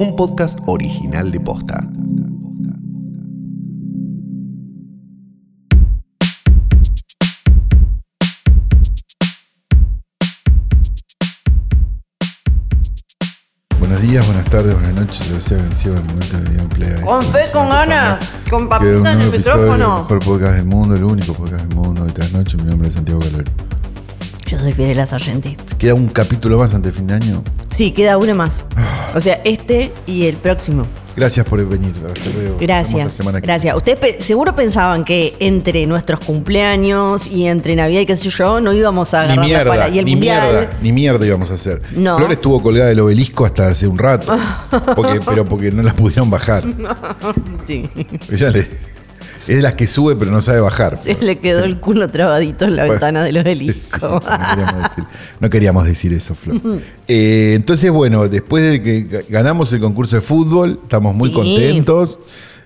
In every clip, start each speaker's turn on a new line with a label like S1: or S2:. S1: un podcast original de Posta.
S2: Buenos días, buenas tardes, buenas noches, o sea vencido el momento de dieron play. a esto.
S3: Con fe, con ganas,
S2: Queda
S3: con
S2: un
S3: papita en el
S2: nuevo episodio del
S3: micrófono.
S2: mejor podcast del mundo, el único podcast del mundo de trasnoche. Mi nombre es Santiago Calori.
S3: Yo soy Fiorella Sargenti.
S2: Queda un capítulo más antes de fin de año.
S3: Sí, queda uno más.
S2: Ah.
S3: O sea, este y el próximo.
S2: Gracias por venir. Hasta luego. Nos vemos la
S3: Gracias.
S2: semana que-
S3: Gracias. Ustedes pe- seguro pensaban que entre nuestros cumpleaños y entre Navidad y qué sé yo, no íbamos a
S2: Ni
S3: agarrar la
S2: mierda,
S3: pala. Y el
S2: ni
S3: mundial.
S2: mierda, ni mierda íbamos a hacer.
S3: No.
S2: Flor estuvo colgada del obelisco hasta hace un rato, porque, pero porque no la pudieron bajar.
S3: Sí.
S2: Ella le- es de las que sube pero no sabe bajar.
S3: Se le quedó el culo trabadito en la
S2: Bueno,
S3: ventana del
S2: Pues, Sí,
S3: obelisco.
S2: no, queríamos decir, no queríamos decir eso, Flor. Eh, entonces, bueno, después de que ga- ganamos el concurso de fútbol, estamos muy
S3: Sí.
S2: contentos.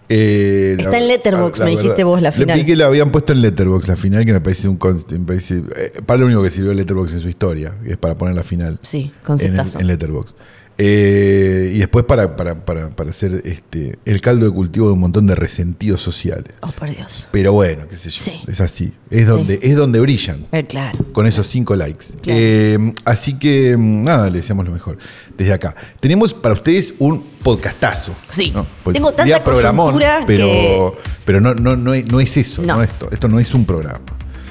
S2: Eh,
S3: Está en Letterboxd, me dijiste vos, la final.
S2: Le vi que la habían puesto en Letterboxd la final, que me parece un. const- me parece- eh, para lo único que sirvió Letterboxd en su historia, que es para poner la final.
S3: Sí,
S2: en,
S3: conceptazo.
S2: en Letterboxd. Eh, y después para, para, para, para hacer este, el caldo de cultivo de un montón de resentidos sociales.
S3: Oh, por Dios.
S2: Pero bueno, qué sé yo.
S3: Sí.
S2: Es así. Es donde, es donde brillan
S3: Eh, claro.
S2: con esos cinco likes.
S3: Claro.
S2: Eh, así que mm, nada, le deseamos lo mejor desde acá. Tenemos para ustedes un podcastazo.
S3: Sí.
S2: Pues
S3: Tengo tanta
S2: sería programón,
S3: coyuntura
S2: pero,
S3: que-
S2: pero no, no, no, es, no es eso, no.
S3: No.
S2: esto. Esto no es un programa.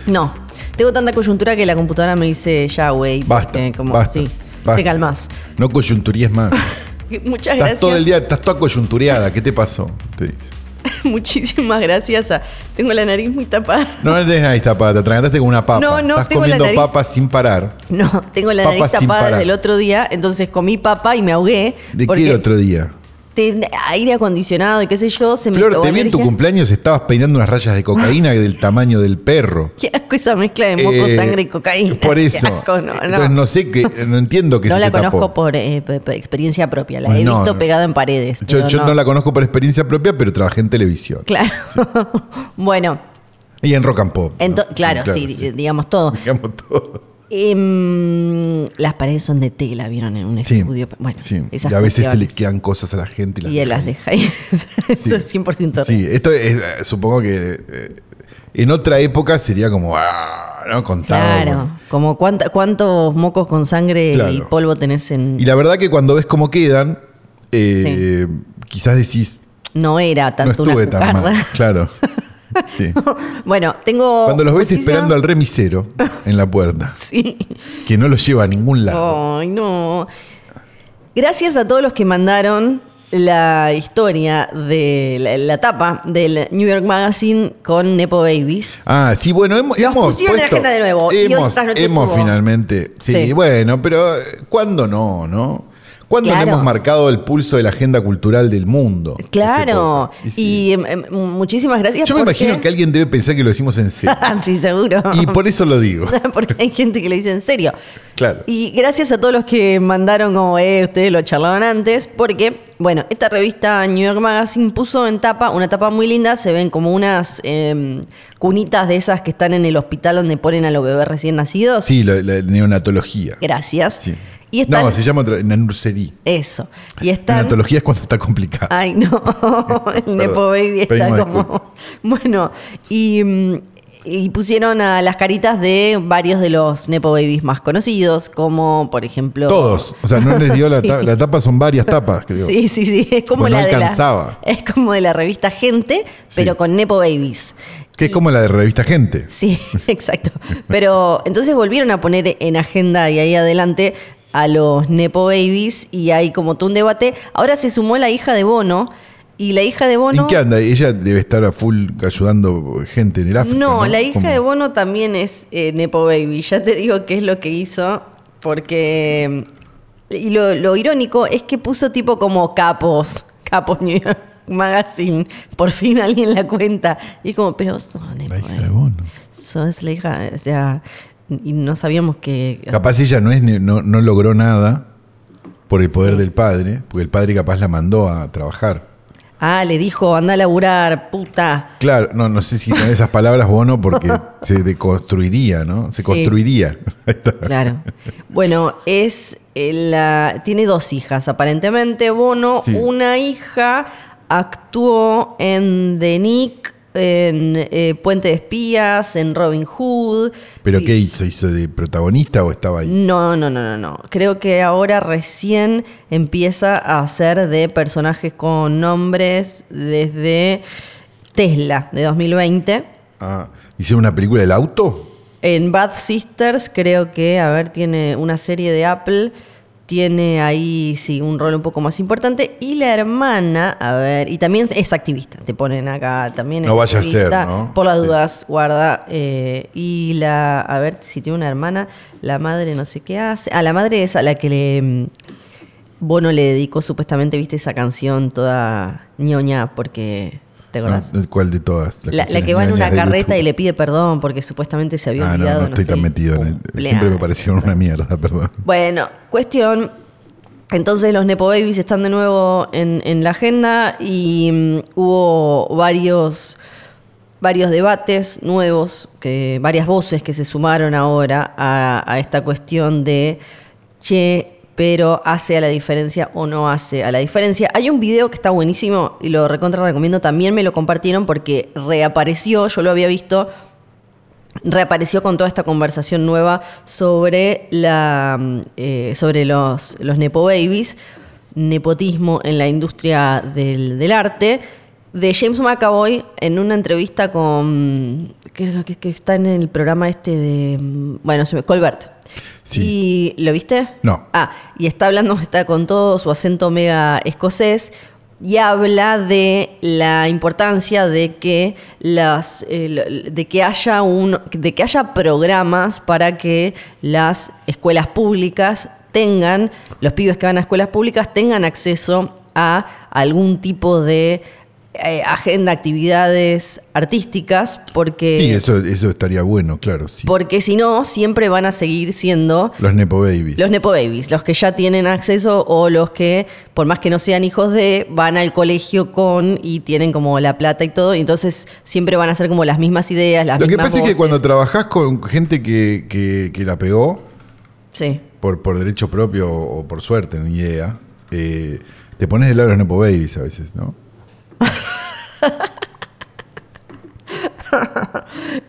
S3: No. Tengo tanta coyuntura que la computadora me dice ya, güey.
S2: Basta.
S3: porque Como,
S2: basta,
S3: sí,
S2: basta.
S3: Te calmas.
S2: No coyunturías más.
S3: Muchas
S2: estás
S3: gracias.
S2: todo el día, estás toda coyuntureada. ¿Qué te pasó? Te dice.
S3: Muchísimas gracias. a- Tengo la nariz muy tapada.
S2: No, no tenés nariz tapada, te atragantaste con una papa.
S3: No, no,
S2: estás
S3: tengo la
S2: comiendo
S3: nariz-
S2: papas sin parar.
S3: No, tengo la
S2: Papa
S3: nariz
S2: sin
S3: tapada
S2: parar.
S3: desde el otro día, entonces comí papa y me ahogué.
S2: ¿De
S3: porque
S2: qué el otro día?
S3: ten- aire acondicionado y qué sé yo, se me
S2: Flor,
S3: acabó
S2: te
S3: la
S2: vi en tu
S3: energía.
S2: cumpleaños, estabas peinando unas rayas de cocaína del tamaño del perro.
S3: Qué asco esa mezcla de moco,
S2: Eh,
S3: sangre y cocaína.
S2: Por
S3: Qué
S2: eso.
S3: asco, no, no.
S2: Entonces no sé que, no entiendo que
S3: No
S2: se
S3: la
S2: te tapó.
S3: conozco por, eh, pe- pe- experiencia propia, la he
S2: No,
S3: visto
S2: no.
S3: pegada en paredes.
S2: Yo,
S3: pero
S2: yo no. la conozco por experiencia propia, pero trabajé en televisión.
S3: Claro. bueno,
S2: Y en rock and pop. ¿no?
S3: ento- claro, sí, di- digamos todo.
S2: Digamos todo.
S3: Em, las paredes son de tela, vieron en un
S2: Sí.
S3: estudio. Bueno,
S2: sí.
S3: esas
S2: Y a veces se le
S3: cuestiones.
S2: quedan cosas a la gente y las
S3: Y él
S2: deja
S3: las
S2: ahí.
S3: deja ahí. Eso es 100% real.
S2: Sí, esto es, eh, supongo que eh, en otra época sería como, ah, ¿no? Contado.
S3: Claro,
S2: bueno.
S3: como cuánta- cuántos mocos con sangre y
S2: Claro.
S3: polvo tenés en...
S2: Y la verdad que cuando ves cómo quedan, eh, quizás decís,
S3: No era
S2: no
S3: tanto
S2: estuve
S3: una
S2: tan mal.
S3: cucarda.
S2: Claro. Sí.
S3: bueno, tengo...
S2: Cuando los ves
S3: muchísima-
S2: esperando al remisero en la puerta,
S3: Sí.
S2: que no los lleva a ningún lado.
S3: Ay, no. Gracias a todos los que mandaron la historia de la, la tapa del New York Magazine con Nepo Babies.
S2: Ah, sí, bueno, hemos,
S3: Los
S2: hemos
S3: pusieron en la
S2: puesto-
S3: agenda de nuevo, y hoy
S2: Hemos,
S3: esta noche
S2: hemos
S3: estuvo.
S2: finalmente. Sí,
S3: Sí.
S2: bueno, pero eh, ¿cuándo no, no? ¿Cuándo
S3: Claro.
S2: le hemos marcado el pulso de la agenda cultural del mundo?
S3: Claro.
S2: Este podcast. Y sí.
S3: y em, em, muchísimas gracias.
S2: Yo me
S3: porque-
S2: imagino que alguien debe pensar que lo hicimos en serio.
S3: sí, seguro.
S2: y por eso lo digo.
S3: Porque hay gente que lo dice en serio.
S2: Claro.
S3: Y gracias a todos los que mandaron como, eh, ustedes lo charlaron antes, porque, bueno, esta revista New York Magazine puso en tapa, una tapa muy linda, se ven como unas eh, cunitas de esas que están en el hospital donde ponen a los bebés recién nacidos.
S2: Sí, la, la neonatología.
S3: Gracias.
S2: Sí.
S3: Y están,
S2: No, se llama otra, la nursería.
S3: Eso. Y están...
S2: Neonatología es cuando está complicado.
S3: Ay, no. el Nepo Baby está
S2: Pedimos
S3: como. Bueno, y, mm, y pusieron a las caritas de varios de los Nepo Babies más conocidos, como por ejemplo.
S2: Todos. O sea, no les dio la tapa. La tapa son varias tapas, creo.
S3: Sí, sí, sí. Es como
S2: Porque no
S3: la de
S2: alcanzaba.
S3: la. Es como de la revista Gente, pero
S2: Sí.
S3: con Nepo Babies.
S2: Que es como la de revista Gente.
S3: Sí, exacto. Pero entonces volvieron a poner en agenda y ahí adelante a los Nepo Babies y hay como todo un debate. Ahora se sumó la hija de Bono. Y la hija de Bono.
S2: ¿En qué anda? Ella debe estar a full ayudando gente en el África.
S3: No, la hija
S2: Como-
S3: de Bono también es eh, Nepo Baby. Ya te digo qué es lo que hizo, porque. Y lo, lo irónico es que puso tipo como capos, capos New York Magazine. Por fin alguien la cuenta. Y es como, pero vos sos Nepo
S2: La hija
S3: Baby.
S2: de Bono.
S3: Sos la hija, o sea. Y no sabíamos que.
S2: Capaz ella no, es, ni- no, no logró nada por el poder del padre, porque el padre capaz la mandó a trabajar.
S3: Ah, le dijo, anda a laburar, puta.
S2: Claro, no, no sé si con esas palabras bono porque se deconstruiría, ¿no? Se
S3: Sí.
S2: construiría. Ahí está.
S3: Claro. Bueno, es eh, la tiene dos hijas, aparentemente. Bono,
S2: Sí.
S3: una hija actuó en The Nick, en eh, Puente de Espías, en Robin Hood.
S2: ¿Pero
S3: Y-
S2: qué hizo? ¿Hizo de protagonista o estaba ahí?
S3: No, no, no, no, no. Creo que ahora recién empieza a hacer de personajes con nombres desde Tesla de 2020.
S2: Ah, ¿Hicieron una película del auto?
S3: En Bad Sisters creo que, a ver, tiene una serie de Apple, tiene ahí, sí, un rol un poco más importante. Y la hermana, a ver, y también es activista, te ponen acá, también es
S2: No vaya a ser,
S3: activista,
S2: ¿no?
S3: Por las
S2: Sí.
S3: dudas, guarda. eh, y la, a ver, si tiene una hermana, la madre no sé qué hace. Ah, la madre es a la que le... mm, Bono le dedicó supuestamente, viste, esa canción toda ñoña, porque... ¿Te acordás?
S2: No, ¿Cuál de todas?
S3: La, la que va en una carreta y le pide perdón porque supuestamente se había
S2: Ah, no,
S3: olvidado.
S2: no estoy
S3: sé,
S2: tan metido en él.
S3: cumpleaños.
S2: Siempre me parecieron una mierda, perdón.
S3: Bueno, cuestión. Entonces los Nepo Babies están de nuevo en, en la agenda y mm, hubo varios, varios debates nuevos, que, varias voces que se sumaron ahora a, a esta cuestión de, che, pero hace a la diferencia o no hace a la diferencia. Hay un video que está buenísimo y lo recontra recomiendo, también me lo compartieron porque reapareció, yo lo había visto, reapareció con toda esta conversación nueva sobre, la, mm, eh, sobre los, los Nepo Babies, nepotismo en la industria del, del arte, de James McAvoy en una entrevista con. mm, que, que- que está en el programa este de. mm, bueno, se me. Colbert.
S2: Sí.
S3: Y, ¿Lo viste?
S2: No.
S3: Ah, y está hablando, está con todo su acento mega escocés y habla de la importancia de que las eh, lo- de que haya un de que haya programas para que las escuelas públicas tengan los pibes que van a escuelas públicas tengan acceso a algún tipo de eh, agenda, actividades artísticas, porque,
S2: Sí, eso, eso estaría bueno, claro, sí.
S3: porque si no, siempre van a seguir siendo
S2: Los Nepo Babies.
S3: los Nepo Babies, los que ya tienen acceso o los que, por más que no sean hijos de, van al colegio con y tienen como la plata y todo, y entonces siempre van a ser como las mismas ideas, las
S2: Lo que
S3: mismas
S2: pasa es que
S3: voces.
S2: cuando trabajás con gente que, que- que la pegó,
S3: Sí,
S2: por, por derecho propio o por suerte, ni idea, eh, te pones del lado de los Nepo Babies a veces, ¿no?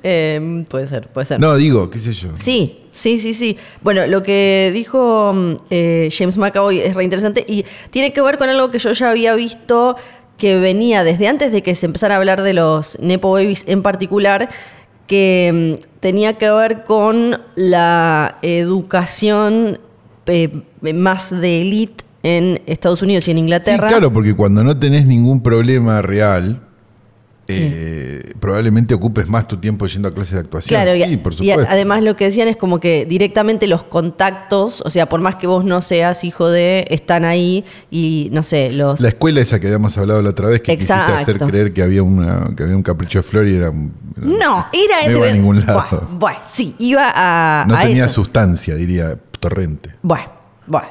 S3: Eh, puede ser, puede ser.
S2: No, digo, qué sé yo.
S3: Sí, sí, sí, sí. Bueno, lo que dijo mm, eh, James McAvoy es reinteresante y tiene que ver con algo que yo ya había visto que venía desde antes de que se empezara a hablar de los Nepo Babies en particular, que mm, tenía que ver con la educación eh, más de élite en Estados Unidos y en
S2: Sí,
S3: Inglaterra.
S2: claro, porque cuando no tenés ningún problema real, eh, probablemente ocupes más tu tiempo yendo a clases de actuación.
S3: Claro, y,
S2: sí, por
S3: y
S2: supuesto.
S3: además lo que decían es como que directamente los contactos, o sea, por más que vos no seas hijo de, están ahí y no sé, los...
S2: La escuela esa que habíamos hablado la otra vez que quisiste
S3: Exacto.
S2: hacer creer que había, una, que había un capricho de flor y era... un-
S3: No, era...
S2: No iba a ningún lado.
S3: Bueno, bueno, sí, iba a...
S2: No
S3: a
S2: tenía
S3: eso.
S2: sustancia, diría Torrente.
S3: Bueno, bueno.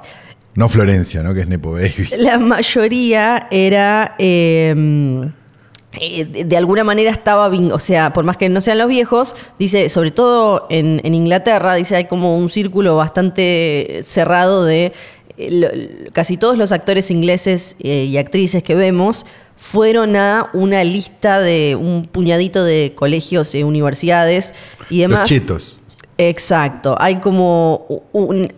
S2: No Florencia, ¿no? Que es Nepo Baby.
S3: La mayoría era... eh, eh, de- de alguna manera estaba, vin- o sea, por más que no sean los viejos, dice, sobre todo en, en Inglaterra, dice, hay como un círculo bastante cerrado de eh, lo- lo- casi todos los actores ingleses eh, y actrices que vemos fueron a una lista de un puñadito de colegios y universidades y demás.
S2: Los chetos.
S3: Exacto, hay como un,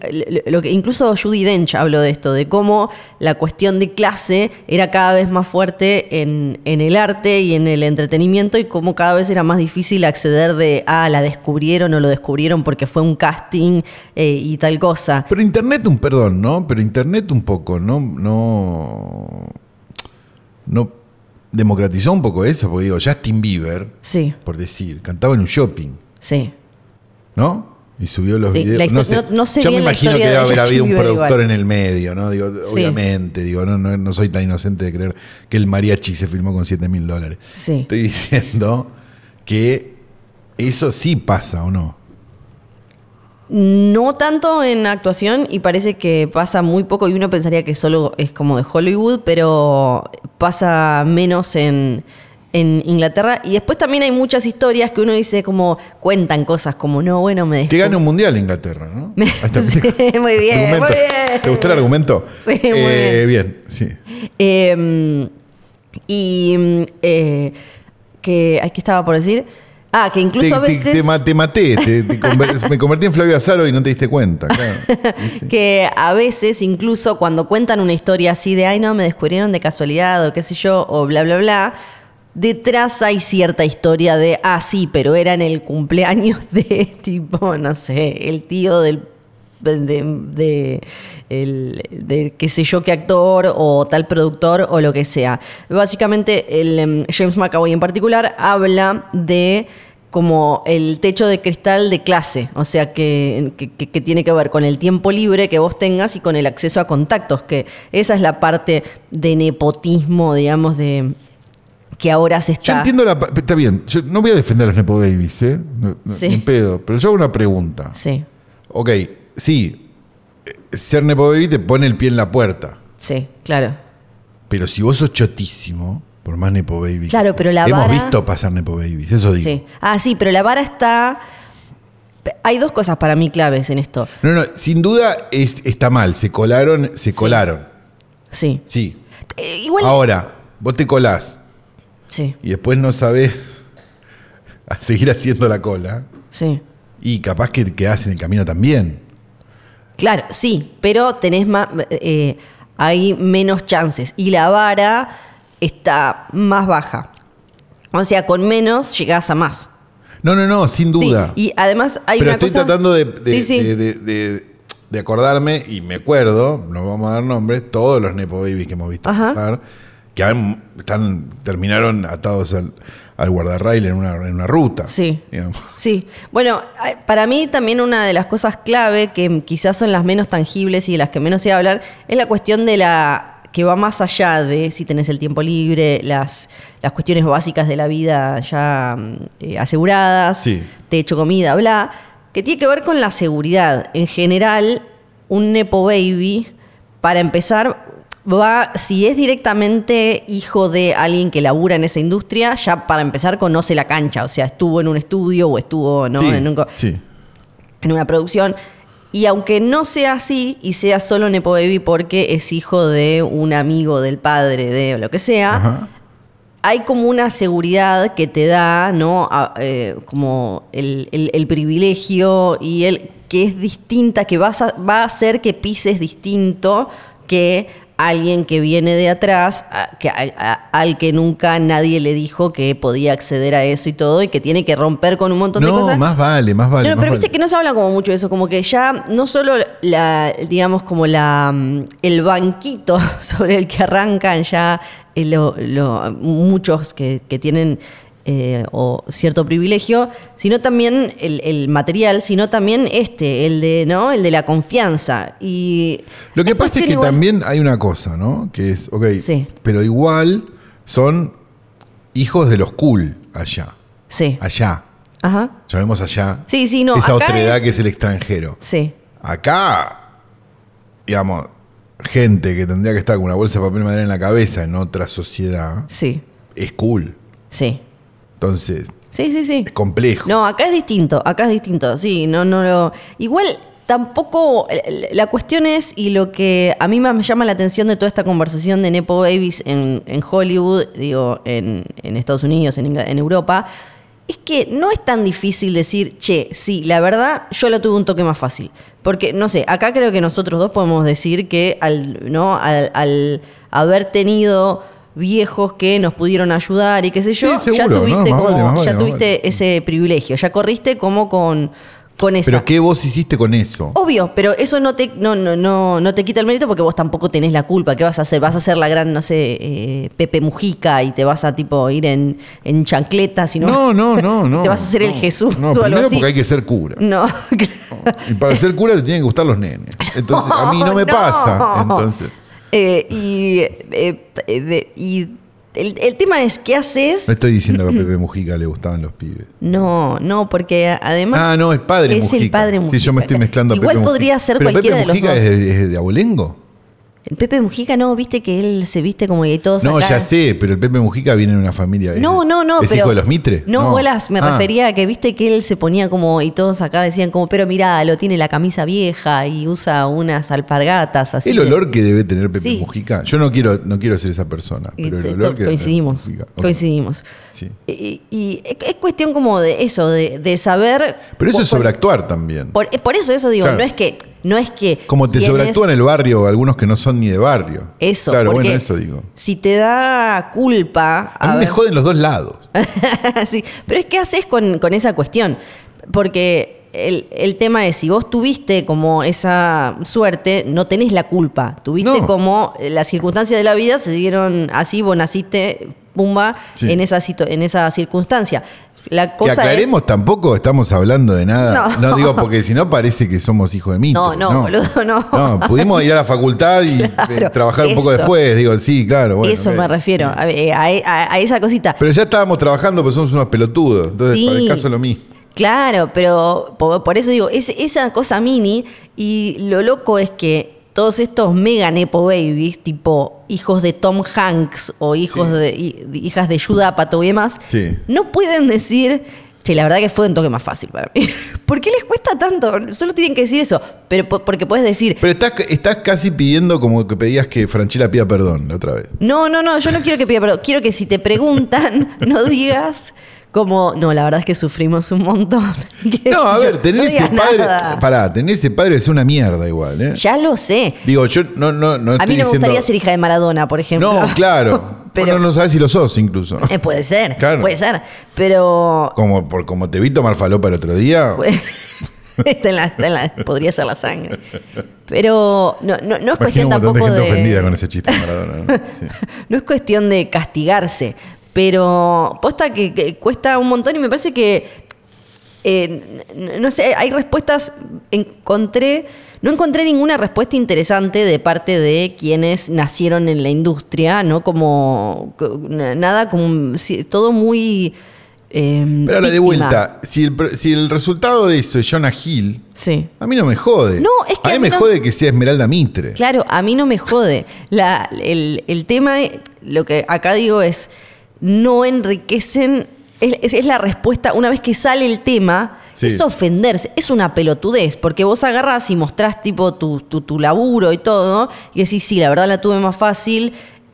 S3: lo que incluso Judy Dench habló de esto, de cómo la cuestión de clase era cada vez más fuerte en, en el arte y en el entretenimiento y cómo cada vez era más difícil acceder de, ah, la descubrieron o lo descubrieron porque fue un casting eh, y tal cosa.
S2: Pero internet un perdón, ¿no? Pero internet un poco, ¿no? No. No democratizó un poco eso, porque digo, Justin Bieber,
S3: Sí,
S2: por decir, cantaba en un shopping,
S3: sí.
S2: ¿no? Y subió los
S3: Sí, la
S2: videos.
S3: histo-
S2: No sé,
S3: no- no sé
S2: Yo me
S3: bien la
S2: imagino que
S3: historia
S2: debe
S3: de
S2: haber
S3: Justin
S2: habido un
S3: Bieber
S2: productor en
S3: igual.
S2: el medio, ¿no? Digo, obviamente, digo, no, no, no soy tan inocente de creer que el mariachi se filmó con 7 mil dólares.
S3: Sí.
S2: Estoy diciendo que eso sí pasa, ¿o no?
S3: No tanto en actuación y parece que pasa muy poco y uno pensaría que solo es como de Hollywood, pero pasa menos en, en Inglaterra. Y después también hay muchas historias que uno dice como cuentan cosas como, no, bueno, me
S2: Que
S3: descu-
S2: gane un mundial Inglaterra, ¿no?
S3: Me-
S2: Ahí está.
S3: Sí, muy bien,
S2: Argumento.
S3: muy bien.
S2: ¿Te gustó el argumento?
S3: Sí, muy
S2: Eh, bien. sí.
S3: Eh, y mm, eh, que, ay, ¿qué estaba por decir? Ah, que incluso
S2: Te,
S3: a
S2: te-
S3: veces...
S2: te ma- te maté, te- te conver- me convertí en Flavio Azaro y no te diste cuenta. claro. Sí, sí.
S3: que a veces incluso cuando cuentan una historia así de, ay no, me descubrieron de casualidad o qué sé yo, o bla, bla, bla, detrás hay cierta historia de, ah sí, pero era en el cumpleaños de tipo, no sé, el tío del... De, de, de- el- de qué sé yo qué actor o tal productor o lo que sea. Básicamente el em, James McAvoy en particular habla de como el techo de cristal de clase, o sea, que, que- que- que tiene que ver con el tiempo libre que vos tengas y con el acceso a contactos, que esa es la parte de nepotismo, digamos, de que ahora se
S2: Yo
S3: está...
S2: entiendo la. pa- Está bien, yo no voy a defender a los Nepo Babies, ¿eh? No, no,
S3: Sí.
S2: ni en pedo. Pero yo hago una pregunta.
S3: Sí,
S2: Ok, sí, eh, ser Nepo Baby te pone el pie en la puerta.
S3: sí, claro.
S2: Pero si vos sos chotísimo, por más Nepo Baby. que
S3: Claro,
S2: sea,
S3: pero la
S2: Hemos
S3: vara-
S2: visto pasar Nepo Babies, eso digo.
S3: Sí. Ah, sí, pero la vara está... Hay dos cosas para mí claves en esto.
S2: No, no, sin duda es- está mal. Se colaron, se colaron.
S3: Sí.
S2: Sí.
S3: Eh, igual...
S2: Ahora, vos te colás
S3: Sí,
S2: y después no sabés a seguir haciendo la cola.
S3: sí.
S2: Y capaz que quedás en el camino también.
S3: Claro, sí, pero tenés más, eh, hay menos chances y la vara está más baja. O sea, con menos llegás a más.
S2: No, no, no, sin
S3: Sí,
S2: duda.
S3: y además hay
S2: Pero
S3: una
S2: estoy
S3: cosa-
S2: tratando de, de-
S3: Sí, sí.
S2: de- de- de- de acordarme, y me acuerdo, no vamos a dar nombres, todos los Nepo Babies que hemos visto
S3: Ajá.
S2: pasar, que han- están, terminaron atados al, al guardarrail en una, en una ruta.
S3: Sí.
S2: digamos.
S3: Sí, bueno, ay, para mí también una de las cosas clave que quizás son las menos tangibles y de las que menos sé hablar es la cuestión de la que va más allá de si tenés el tiempo libre, las, las cuestiones básicas de la vida ya mm, eh, aseguradas,
S2: Sí.
S3: techo, comida, bla, que tiene que ver con la seguridad. En general, un Nepo Baby, para empezar, va, si es directamente hijo de alguien que labura en esa industria, ya para empezar conoce la cancha, o sea, estuvo en un estudio o estuvo ¿no?
S2: Sí,
S3: en, un co-
S2: sí.
S3: en una producción. Y aunque no sea así y sea solo Nepo Baby porque es hijo de un amigo del padre, de lo que sea,
S2: Ajá.
S3: hay como una seguridad que te da, ¿no? A- eh, como el, el- el privilegio y el que es distinta, que vas a- va a hacer que pises distinto que alguien que viene de atrás, a- que, al- a- al que nunca nadie le dijo que podía acceder a eso y todo, y que tiene que romper con un montón de
S2: No,
S3: cosas.
S2: más vale, más vale.
S3: No,
S2: más
S3: pero viste
S2: vale.
S3: que no se habla como mucho de eso, como que ya no solo la, digamos, como la mm, el banquito sobre el que arrancan ya eh, lo- lo- muchos que, que tienen eh, o cierto privilegio, sino también el, el material, sino también este, el de, ¿no? El de la confianza. Y
S2: Lo que
S3: es
S2: pasa es
S3: cuestión
S2: que
S3: igual-
S2: también hay una cosa, ¿no? Que es, ok,
S3: Sí.
S2: pero igual son hijos de los cool allá.
S3: Sí.
S2: Allá.
S3: Ajá.
S2: Llamemos allá.
S3: Sí, sí, no,
S2: Esa
S3: acá
S2: otredad
S3: es-
S2: que es el extranjero.
S3: Sí.
S2: Acá, digamos, gente que tendría que estar con una bolsa de papel madera en la cabeza en otra sociedad,
S3: Sí.
S2: es cool.
S3: Sí.
S2: Entonces,
S3: Sí, sí, sí.
S2: es complejo.
S3: No, acá es distinto, acá es distinto, sí, no, no lo. Igual tampoco. La cuestión es, y lo que a mí más me llama la atención de toda esta conversación de Nepo Babies en, en Hollywood, digo, en, en Estados Unidos, en, Ingla- en Europa, es que no es tan difícil decir, che, sí, la verdad, yo lo tuve un toque más fácil. Porque, no sé, acá creo que nosotros dos podemos decir que al, ¿no? al, al haber tenido viejos que nos pudieron ayudar y qué sé yo,
S2: Sí,
S3: ya
S2: seguro, ¿no?
S3: tuviste,
S2: Más
S3: como-
S2: vale, más vale,
S3: ya
S2: más
S3: tuviste
S2: vale.
S3: ese este privilegio. Ya corriste como con, con esa.
S2: pero ¿qué vos hiciste con eso?
S3: Obvio, pero eso no te, no, no, no, no te quita el mérito porque vos tampoco tenés la culpa. ¿Qué vas a hacer? Vas a hacer la gran, no sé, eh, Pepe Mujica y te vas a tipo ir en, en chancletas y no.
S2: No, no, no, no.
S3: Te vas a hacer el
S2: no.
S3: Jesús
S2: No,
S3: o algo
S2: primero
S3: así.
S2: porque hay que ser cura.
S3: No,
S2: Y para ser cura te tienen que gustar los nenes. Entonces, a mí no me pasa. Entonces,
S3: Eh, y, eh, eh, de- y El, el tema es, ¿qué haces?
S2: No estoy diciendo que a Pepe Mujica le gustaban los pibes.
S3: No, no, porque a- además.
S2: ah, no, el padre
S3: es
S2: Mujica.
S3: el padre Mujica.
S2: Sí, yo me estoy mezclando a
S3: Igual
S2: Pepe
S3: podría
S2: Mujica.
S3: ser
S2: Pero
S3: cualquiera
S2: Pepe
S3: de los
S2: Mujica
S3: dos.
S2: es de, es de Abolengo.
S3: El Pepe Mujica, no, viste que él se viste como y todos
S2: No,
S3: acá-
S2: ya sé, pero el Pepe Mujica viene de una familia. es-
S3: No, no, no.
S2: Eh, ¿Es
S3: pero,
S2: hijo de los Mitre?
S3: No, bolas, me
S2: Ah,
S3: refería a que viste que él se ponía como, y todos acá decían como, pero mirá, lo tiene la camisa vieja y usa unas alpargatas así.
S2: El
S3: que-
S2: olor que debe tener Pepe
S3: Sí.
S2: Mujica. Yo no quiero, no quiero ser esa persona,
S3: y
S2: pero el
S3: to-
S2: olor que.
S3: coincidimos,
S2: Mujica, ok,
S3: coincidimos.
S2: sí.
S3: Y, y es es cuestión como de eso, de, de saber...
S2: Pero eso
S3: por-
S2: es sobreactuar también.
S3: Por, eh, por eso, eso digo,
S2: Claro.
S3: no es que... No es que
S2: Como te
S3: quién es-
S2: sobreactúan en el barrio algunos que no son ni de barrio.
S3: Eso,
S2: Claro,
S3: porque
S2: bueno, eso digo.
S3: Si te da culpa...
S2: A mí me
S3: haber-
S2: joden los dos lados.
S3: sí, pero es que haces con, con esa cuestión. Porque el, el tema es, si vos tuviste como esa suerte, no tenés la culpa. Tuviste
S2: No.
S3: como eh, las circunstancias de la vida se dieron así, vos naciste, pumba,
S2: Sí.
S3: en, esa situ- en esa circunstancia. La
S2: Que
S3: cosa
S2: aclaremos, tampoco estamos hablando de nada.
S3: No.
S2: No, digo porque si no parece que somos hijos de mí.
S3: No, no, boludo, no.
S2: pudimos ir a la facultad y eh,
S3: Claro,
S2: trabajar un poco
S3: eso.
S2: después. Digo, sí, claro.
S3: es,
S2: bueno,
S3: eso
S2: ok.
S3: me refiero, a, a- a- a esa cosita.
S2: Pero ya estábamos trabajando, pues somos unos pelotudos. Entonces,
S3: Sí.
S2: para el caso lo mismo.
S3: Claro, pero po- por eso digo, es esa cosa mini y lo loco es que todos estos mega nepo babies, tipo hijos de Tom Hanks o hijos
S2: Sí.
S3: de hi- hijas de Judah Pato y demás,
S2: Sí.
S3: no pueden decir, che, la verdad que fue un toque más fácil para mí. ¿Por qué les cuesta tanto? Solo tienen que decir eso, pero po- porque puedes decir,
S2: Pero estás, estás casi pidiendo como que pedías que Franchila pida perdón la otra vez.
S3: No, no, no, yo no quiero que pida perdón. Quiero que si te preguntan, no digas como, no, la verdad es que sufrimos un montón. Qué
S2: No, a
S3: sé yo,
S2: ver, tener
S3: no
S2: ese
S3: digas
S2: padre.
S3: nada.
S2: Pará, tener ese padre es una mierda igual, ¿eh?
S3: Ya lo sé.
S2: Digo, yo no, no, no estoy
S3: A mí no me
S2: diciendo-
S3: gustaría ser hija de Maradona, por ejemplo.
S2: No, claro.
S3: Pero
S2: Pero no sabes si lo sos incluso.
S3: eh, puede ser,
S2: Claro.
S3: puede ser. Pero
S2: Como, por, como te vi tomar falopa el otro día.
S3: pues, está en la- está en la- podría ser la sangre. Pero no, no, no es
S2: Imagino
S3: cuestión
S2: un montón de
S3: tampoco
S2: gente
S3: de...
S2: ofendida con ese chiste de Maradona. ¿no? Sí.
S3: No es cuestión de castigarse, pero posta que, que cuesta un montón y me parece que, eh, n- no sé, hay respuestas, encontré, no encontré ninguna respuesta interesante de parte de quienes nacieron en la industria, ¿no? Como, co- na- nada, como, un- sí, todo muy... eh,
S2: Pero ahora de
S3: víctima.
S2: vuelta, si el, pr- si el resultado de eso es Jonah Hill,
S3: Sí.
S2: a mí no me jode.
S3: No, es que
S2: a mí
S3: a mí
S2: me
S3: no-
S2: jode que sea Esmeralda Mitre.
S3: Claro, a mí no me jode. La- el, el tema, eh, lo que acá digo es, no enriquecen, es, es- es la respuesta, una vez que sale el tema,
S2: Sí.
S3: es ofenderse, es una pelotudez, porque vos agarrás y mostrás tipo tu, tu- tu laburo y todo, y decís, sí, la verdad la tuve más fácil.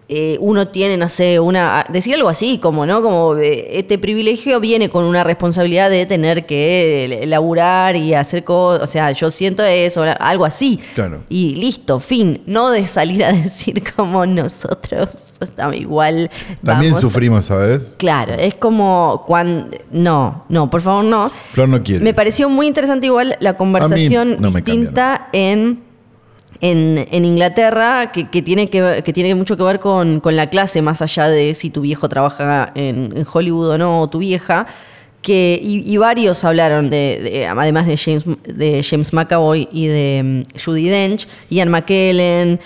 S3: eh, uno tiene, no sé, una. Decir algo así, como, ¿no? Como eh, este privilegio viene con una responsabilidad de tener que eh, laburar y hacer cosas. O sea, yo siento eso, algo así.
S2: Claro.
S3: Y listo, fin. No de salir a decir como nosotros estamos igual.
S2: También
S3: vamos a-".
S2: sufrimos, ¿sabes?
S3: Claro, es como cuando. No, no, por favor, no.
S2: Flor no quiere.
S3: Me pareció muy interesante igual la conversación
S2: no me
S3: distinta en, en, en Inglaterra, que, que tiene que, ver- que tiene mucho que ver con, con la clase, más allá de si tu viejo trabaja en, en Hollywood o no, o tu vieja. Que, y, y varios hablaron de, de- además de James, de James McAvoy y de mm, Judy Dench, Ian McKellen,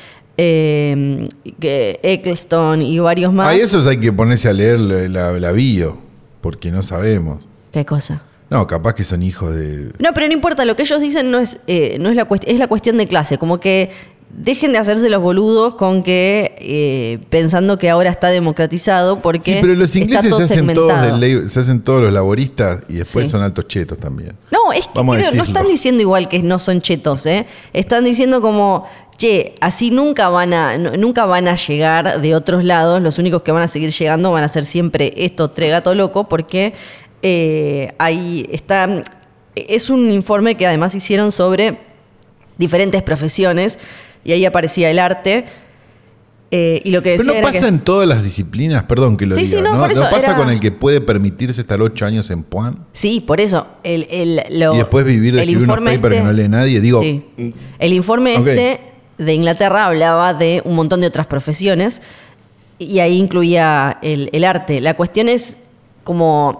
S3: eh, que- Eccleston y varios más.
S2: A esos hay que ponerse a leer la, la- la bio, porque no sabemos.
S3: ¿Qué cosa?
S2: No, capaz que son hijos de...
S3: No, pero no importa, lo que ellos dicen no es, eh, no es la cuestión, es la cuestión de clase, como que dejen de hacerse los boludos con que eh, pensando que ahora está democratizado porque
S2: Sí, pero los
S3: está
S2: ingleses
S3: todo
S2: se hacen, todos
S3: segmentado.
S2: del lab- se hacen todos los laboristas y después
S3: Sí.
S2: son altos chetos también.
S3: No, es que
S2: Vamos a
S3: creo- no
S2: decirlo.
S3: están diciendo igual que no son chetos, ¿eh? Están diciendo como, che, así nunca van a, no- nunca van a llegar de otros lados, los únicos que van a seguir llegando van a ser siempre estos tres gatos locos, porque eh, ahí está. Es un informe que además hicieron sobre diferentes profesiones, y ahí aparecía el arte. eh, y lo que
S2: Pero
S3: decía
S2: no
S3: era
S2: pasa
S3: que-
S2: en todas las disciplinas, perdón que lo
S3: Sí,
S2: diga,
S3: sí, no,
S2: ¿no?
S3: por eso
S2: ¿No pasa
S3: era-
S2: con el que puede permitirse estar ocho años en Puan
S3: Sí, por eso. El, el- lo-
S2: y después vivir de
S3: el
S2: escribir unos
S3: informe
S2: papers que
S3: este-
S2: no lee nadie. Digo,
S3: Sí. El informe
S2: Ok.
S3: este de Inglaterra hablaba de un montón de otras profesiones y ahí incluía el, el arte. La cuestión es como,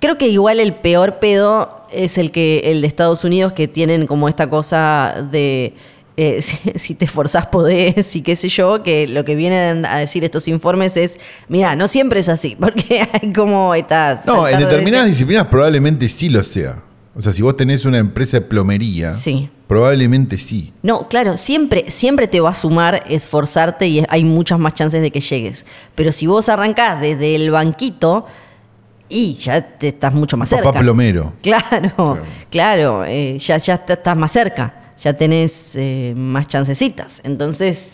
S3: creo que igual el peor pedo es el que el de Estados Unidos que tienen como esta cosa de... eh, eh, si, si te esforzás podés y qué sé yo, que lo que vienen a decir estos informes es, mira, no siempre es así, porque hay como está...
S2: No, en determinadas disciplinas probablemente sí lo sea. O sea, si vos tenés una empresa de plomería,
S3: Sí.
S2: probablemente sí.
S3: No, claro, siempre, siempre te va a sumar esforzarte y hay muchas más chances de que llegues. Pero si vos arrancás desde el banquito y ya te estás mucho más
S2: Papá
S3: cerca.
S2: plomero.
S3: Claro, claro, eh, ya, ya está- estás más cerca, ya tenés eh, más chancecitas. Entonces.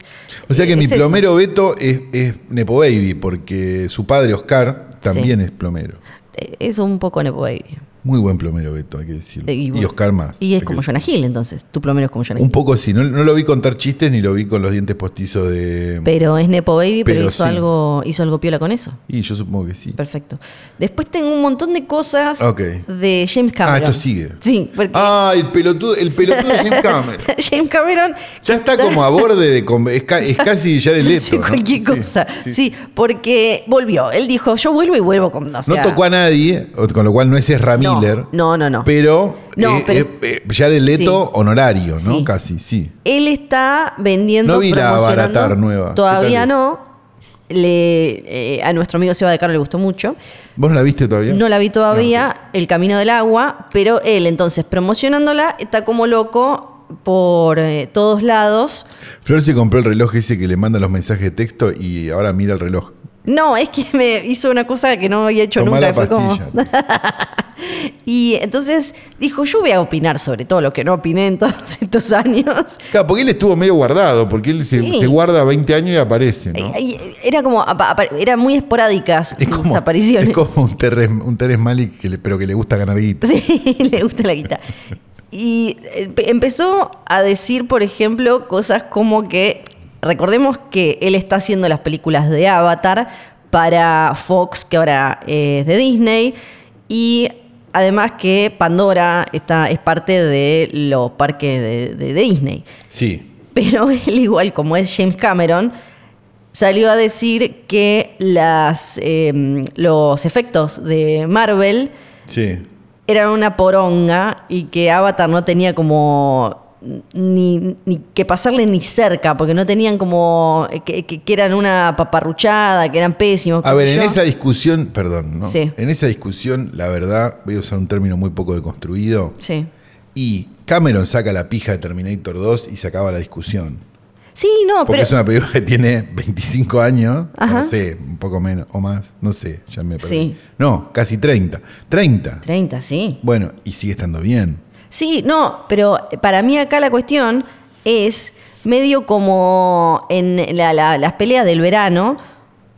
S2: O sea que
S3: eh,
S2: mi
S3: es eso.
S2: plomero Beto es, es Nepo Baby, porque su padre Oscar también
S3: Sí.
S2: es plomero.
S3: Eh, Es un poco Nepo Baby.
S2: Muy buen plomero Beto, hay que decirlo.
S3: Eh,
S2: Y,
S3: bueno,
S2: Oscar más.
S3: Y
S2: hay
S3: es
S2: que
S3: como
S2: decirlo.
S3: Jonah Hill, entonces. Tu plomero es como Jonah
S2: Un
S3: Hill.
S2: poco sí, no, no lo vi contar chistes ni lo vi con los dientes postizos de...
S3: Pero es Nepo Baby, pero,
S2: Pero
S3: hizo,
S2: sí.
S3: algo, hizo algo piola con eso.
S2: y yo supongo que sí.
S3: Perfecto. Después tengo un montón de cosas
S2: Ok.
S3: de James
S2: Ah,
S3: Cameron.
S2: esto sigue.
S3: Sí, porque
S2: Ah, el pelotudo, el pelotudo Jim Cameron.
S3: James Cameron
S2: Ya está como a borde de... con- Es, ca- es casi ya el
S3: sí,
S2: leto.
S3: cualquier cosa. Sí, porque volvió. Él dijo, yo vuelvo y vuelvo con... o sea,
S2: no tocó a nadie, o- con lo cual no es Ezra
S3: No,
S2: Miller.
S3: no, no, no.
S2: Pero,
S3: No,
S2: eh,
S3: pero-
S2: eh, eh, ya el leto
S3: Sí.
S2: honorario, ¿no?
S3: Sí.
S2: Casi, sí.
S3: Él está vendiendo.
S2: No vi la
S3: promocionando.
S2: Avatar nueva.
S3: Todavía
S2: ¿Qué tal
S3: no. Le, eh, a nuestro amigo Seba de Caro le gustó mucho.
S2: ¿Vos no la viste todavía?
S3: No la vi todavía, El Camino del Agua, pero él entonces promocionándola está como loco por eh, todos lados.
S2: Flor se compró el reloj ese que le manda los mensajes de texto y ahora mira el reloj.
S3: No, es que me hizo una cosa que no había hecho
S2: Tomá
S3: nunca.
S2: la
S3: fue como-
S2: pastilla.
S3: Y entonces dijo, yo voy a opinar sobre todo lo que no opiné en todos estos años.
S2: Claro, porque él estuvo medio guardado, porque él se,
S3: Sí.
S2: se guarda 20 años y aparece, ¿no?
S3: Eh, eh, Era como, apa- apa- era muy esporádicas
S2: Es
S3: sus
S2: como,
S3: apariciones.
S2: es como un Terres, un Terrence Malick, que le- pero que le gusta ganar guita.
S3: Sí, le gusta la guita. Y eh, pe- empezó a decir, por ejemplo, cosas como que, recordemos que él está haciendo las películas de Avatar para Fox, que ahora eh, es de Disney, y además que Pandora está, es parte de los parques de- de- de Disney.
S2: Sí.
S3: Pero él, igual como es James Cameron, salió a decir que las, eh, los efectos de Marvel
S2: Sí.
S3: eran una poronga y que Avatar no tenía como ni, ni que pasarle ni cerca, porque no tenían como que, que- que eran una paparruchada, que eran pésimos.
S2: A
S3: qué
S2: ver,
S3: sé
S2: en
S3: yo.
S2: esa discusión, perdón, ¿no?
S3: Sí.
S2: En esa discusión, la verdad, voy a usar un término muy poco deconstruido,
S3: Sí.
S2: y Cameron saca la pija de Terminator 2 y se acaba la discusión.
S3: Sí, no,
S2: Porque
S3: pero...
S2: es una película que tiene 25 años,
S3: Ajá.
S2: no sé, un poco menos o más, no sé, ya me perdí.
S3: Sí.
S2: No, casi 30. 30.
S3: 30, sí.
S2: Bueno, y sigue estando bien.
S3: Sí, no, pero para mí acá la cuestión es medio como en la- la- las peleas del verano.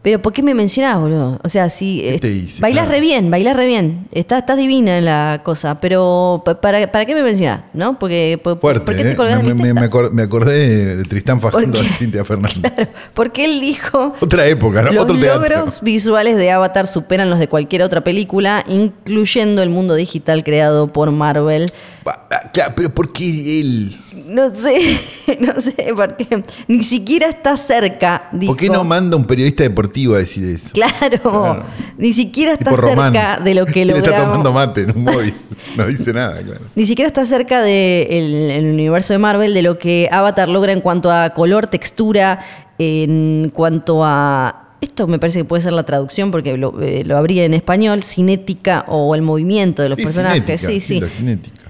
S3: Pero ¿por qué me mencionás, boludo? O sea, si... eh,
S2: te hice?
S3: Bailás
S2: Claro.
S3: re bien, bailás re bien. Estás, estás divina en la cosa. Pero pa- ¿para, para qué me mencionás? ¿No? Porque... por-
S2: Fuerte.
S3: ¿Por qué te
S2: ¿eh?
S3: colgás de
S2: me,
S3: mis
S2: me- me
S3: tetas?
S2: acor- me acordé de Tristán fajando
S3: Porque-
S2: a Cintia Fernández.
S3: Claro, porque él dijo...
S2: Otra época, ¿no?
S3: Los
S2: Otro teatro.
S3: logros visuales de Avatar superan los de cualquier otra película, incluyendo el mundo digital creado por Marvel.
S2: Pa- ah, Claro, pero ¿por qué él?
S3: No sé, no sé, porque ni siquiera está cerca. Dijo.
S2: ¿Por qué no manda un periodista deportivo a decir eso?
S3: Claro, ni siquiera está
S2: Tipo Román.
S3: cerca de lo que
S2: Él está tomando
S3: logramos.
S2: mate en un móvil. No dice nada, claro.
S3: Ni siquiera está cerca del universo de Marvel, de lo que Avatar logra en cuanto a color, textura, en cuanto a... Esto me parece que puede ser la traducción porque lo, eh, lo habría en español, cinética o el movimiento de los
S2: Sí,
S3: personajes.
S2: cinética,
S3: sí, sí.
S2: La cinética.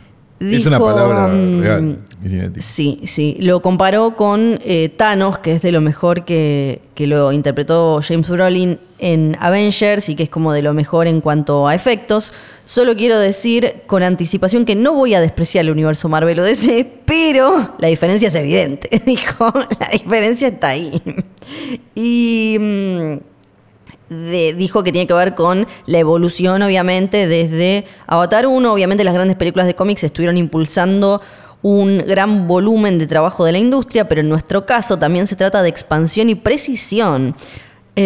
S2: es
S3: Dijo,
S2: una palabra
S3: mm,
S2: real. cinética.
S3: Sí, sí. Lo comparó con eh, Thanos, que es de lo mejor que, que lo interpretó James Brolin en Avengers y que es como de lo mejor en cuanto a efectos. Solo quiero decir con anticipación que no voy a despreciar el universo Marvel o DC, pero la diferencia es evidente. Dijo, la diferencia está ahí. Y... mm, de- dijo que tiene que ver con la evolución, obviamente, desde Avatar 1. Obviamente, las grandes películas de cómics estuvieron impulsando un gran volumen de trabajo de la industria, pero en nuestro caso también se trata de expansión y precisión.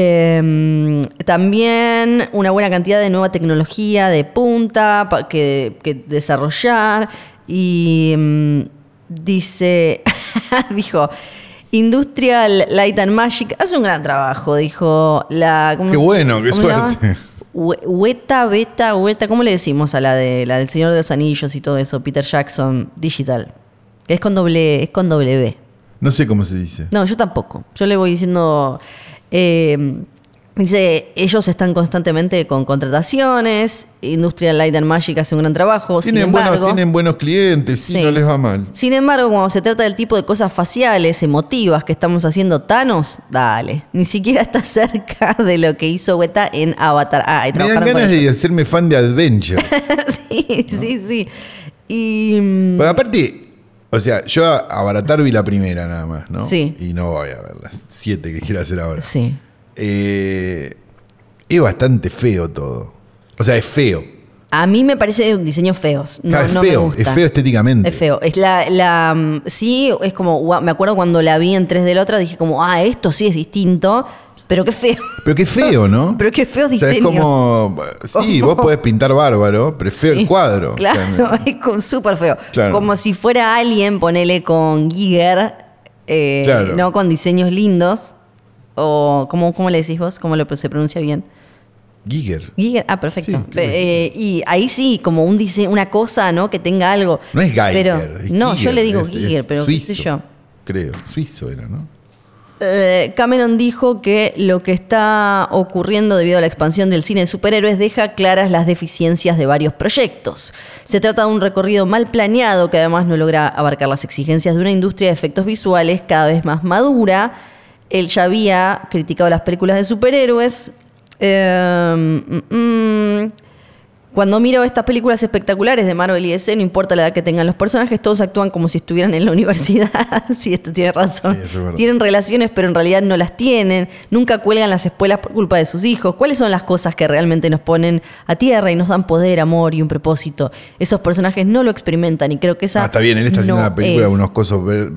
S3: Eh, también una buena cantidad de nueva tecnología de punta pa- que, que desarrollar. Y mm, dice, dijo, Industrial Light and Magic hace un gran trabajo, dijo la. ¿cómo
S2: Qué
S3: se-
S2: bueno, qué
S3: cómo se llama?
S2: suerte.
S3: Hue- Hueta, beta, hueta, ¿cómo le decimos a la de la del Señor de los Anillos y todo eso? Peter Jackson, digital. Es con doble, es con doble B.
S2: No sé cómo se dice.
S3: No, yo tampoco. Yo le voy diciendo. eh, dice, ellos están constantemente con contrataciones. Industrial Light and Magic hace un gran trabajo. Sin
S2: tienen, buenos,
S3: embargo,
S2: tienen buenos clientes, sí.
S3: Sí.
S2: no les va mal.
S3: sin embargo, cuando se trata del tipo de cosas faciales, emotivas que estamos haciendo Thanos, dale. Ni siquiera está cerca de lo que hizo Weta en Avatar. Ah, y
S2: Me dan
S3: trabajaron con
S2: ganas
S3: ellos.
S2: de hacerme fan de Adventure.
S3: sí, sí, sí. Y. mm,
S2: Pero aparte, o sea, yo a Abaratar vi la primera nada más, ¿no?
S3: Sí.
S2: Y no voy a ver las siete que quiero hacer ahora.
S3: Sí.
S2: Eh, es bastante feo todo. O sea, es feo.
S3: A mí me parece un diseño feos. No,
S2: Ah, es
S3: no me
S2: feo,
S3: gusta.
S2: es feo estéticamente.
S3: Es feo. Es la, la, mm, sí, es como, guau, me acuerdo cuando la vi en 3D la otra, dije como, ah, esto sí es distinto, pero qué feo.
S2: Pero qué feo, ¿no?
S3: Pero qué feo
S2: o sea,
S3: diseño.
S2: es como. Sí, vos podés pintar bárbaro, pero es feo el cuadro.
S3: Claro, es con súper feo.
S2: Claro.
S3: Como si fuera alguien, ponele con Giger, eh,
S2: Claro.
S3: ¿no? Con diseños lindos. O, ¿cómo, ¿cómo le decís vos? ¿Cómo lo, se pronuncia bien?
S2: Giger.
S3: Giger, ah, perfecto.
S2: Sí, claro.
S3: Eh, y ahí sí, como un dise- una cosa, ¿no? Que tenga algo.
S2: No es Geiger.
S3: Pero,
S2: es
S3: no, yo
S2: Giger,
S3: le digo
S2: es- es
S3: Giger, pero qué sé
S2: suizo,
S3: yo.
S2: Creo, suizo era, ¿no?
S3: Eh, Cameron dijo que lo que está ocurriendo debido a la expansión del cine de superhéroes deja claras las deficiencias de varios proyectos. Se trata de un recorrido mal planeado que además no logra abarcar las exigencias de una industria de efectos visuales cada vez más madura. Él ya había criticado las películas de superhéroes. Eh, mm, mm. Cuando miro estas películas espectaculares de Marvel y DC, no importa la edad que tengan los personajes, todos actúan como si estuvieran en la universidad. sí, esto tiene razón.
S2: Sí, eso es verdad.
S3: tienen relaciones, pero en realidad no las tienen. Nunca cuelgan las espuelas por culpa de sus hijos. ¿Cuáles son las cosas que realmente nos ponen a tierra y nos dan poder, amor y un propósito? Esos personajes no lo experimentan y creo que esa.
S2: Ah, está bien, él está haciendo
S3: no
S2: una película
S3: es.
S2: de unos cosos ver-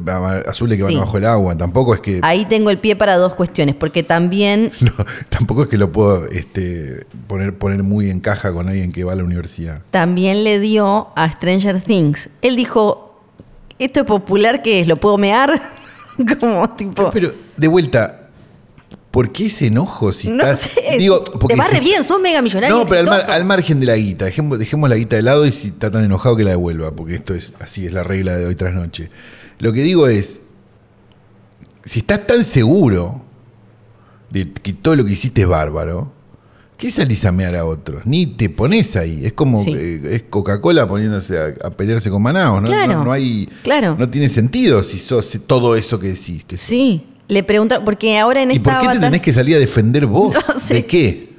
S2: azules que van
S3: Sí.
S2: bajo el agua. Tampoco es que.
S3: Ahí tengo el pie para dos cuestiones, porque también
S2: no, tampoco es que lo puedo este, poner, poner muy en caja con alguien que va a la universidad.
S3: también le dio a Stranger Things. Él dijo, esto es popular, ¿qué es? ¿Lo puedo mear? Como tipo...
S2: Pero, de vuelta, ¿por qué ese enojo si
S3: no
S2: estás.
S3: sé,
S2: Digo,
S3: te va
S2: si-
S3: re bien, sos mega millonario.
S2: No, pero al, mar-
S3: exitoso.
S2: al margen de la guita, dejemos, dejemos la guita de lado y si está tan enojado que la devuelva, porque esto es así, es la regla de hoy tras noche. Lo que digo es, si estás tan seguro de que todo lo que hiciste es bárbaro, ¿qué salís a mear a otros? Ni te pones ahí. Es como
S3: Sí.
S2: eh, es Coca-Cola poniéndose a, a pelearse con Manaos, ¿no?
S3: Claro,
S2: No, no hay,
S3: claro.
S2: no tiene sentido si sos todo eso que decís. que sos.
S3: Sí, le preguntaron, porque ahora en
S2: ¿Y
S3: esta
S2: por qué te
S3: Avatar,
S2: tenés que salir a defender vos?
S3: No sé.
S2: ¿De qué?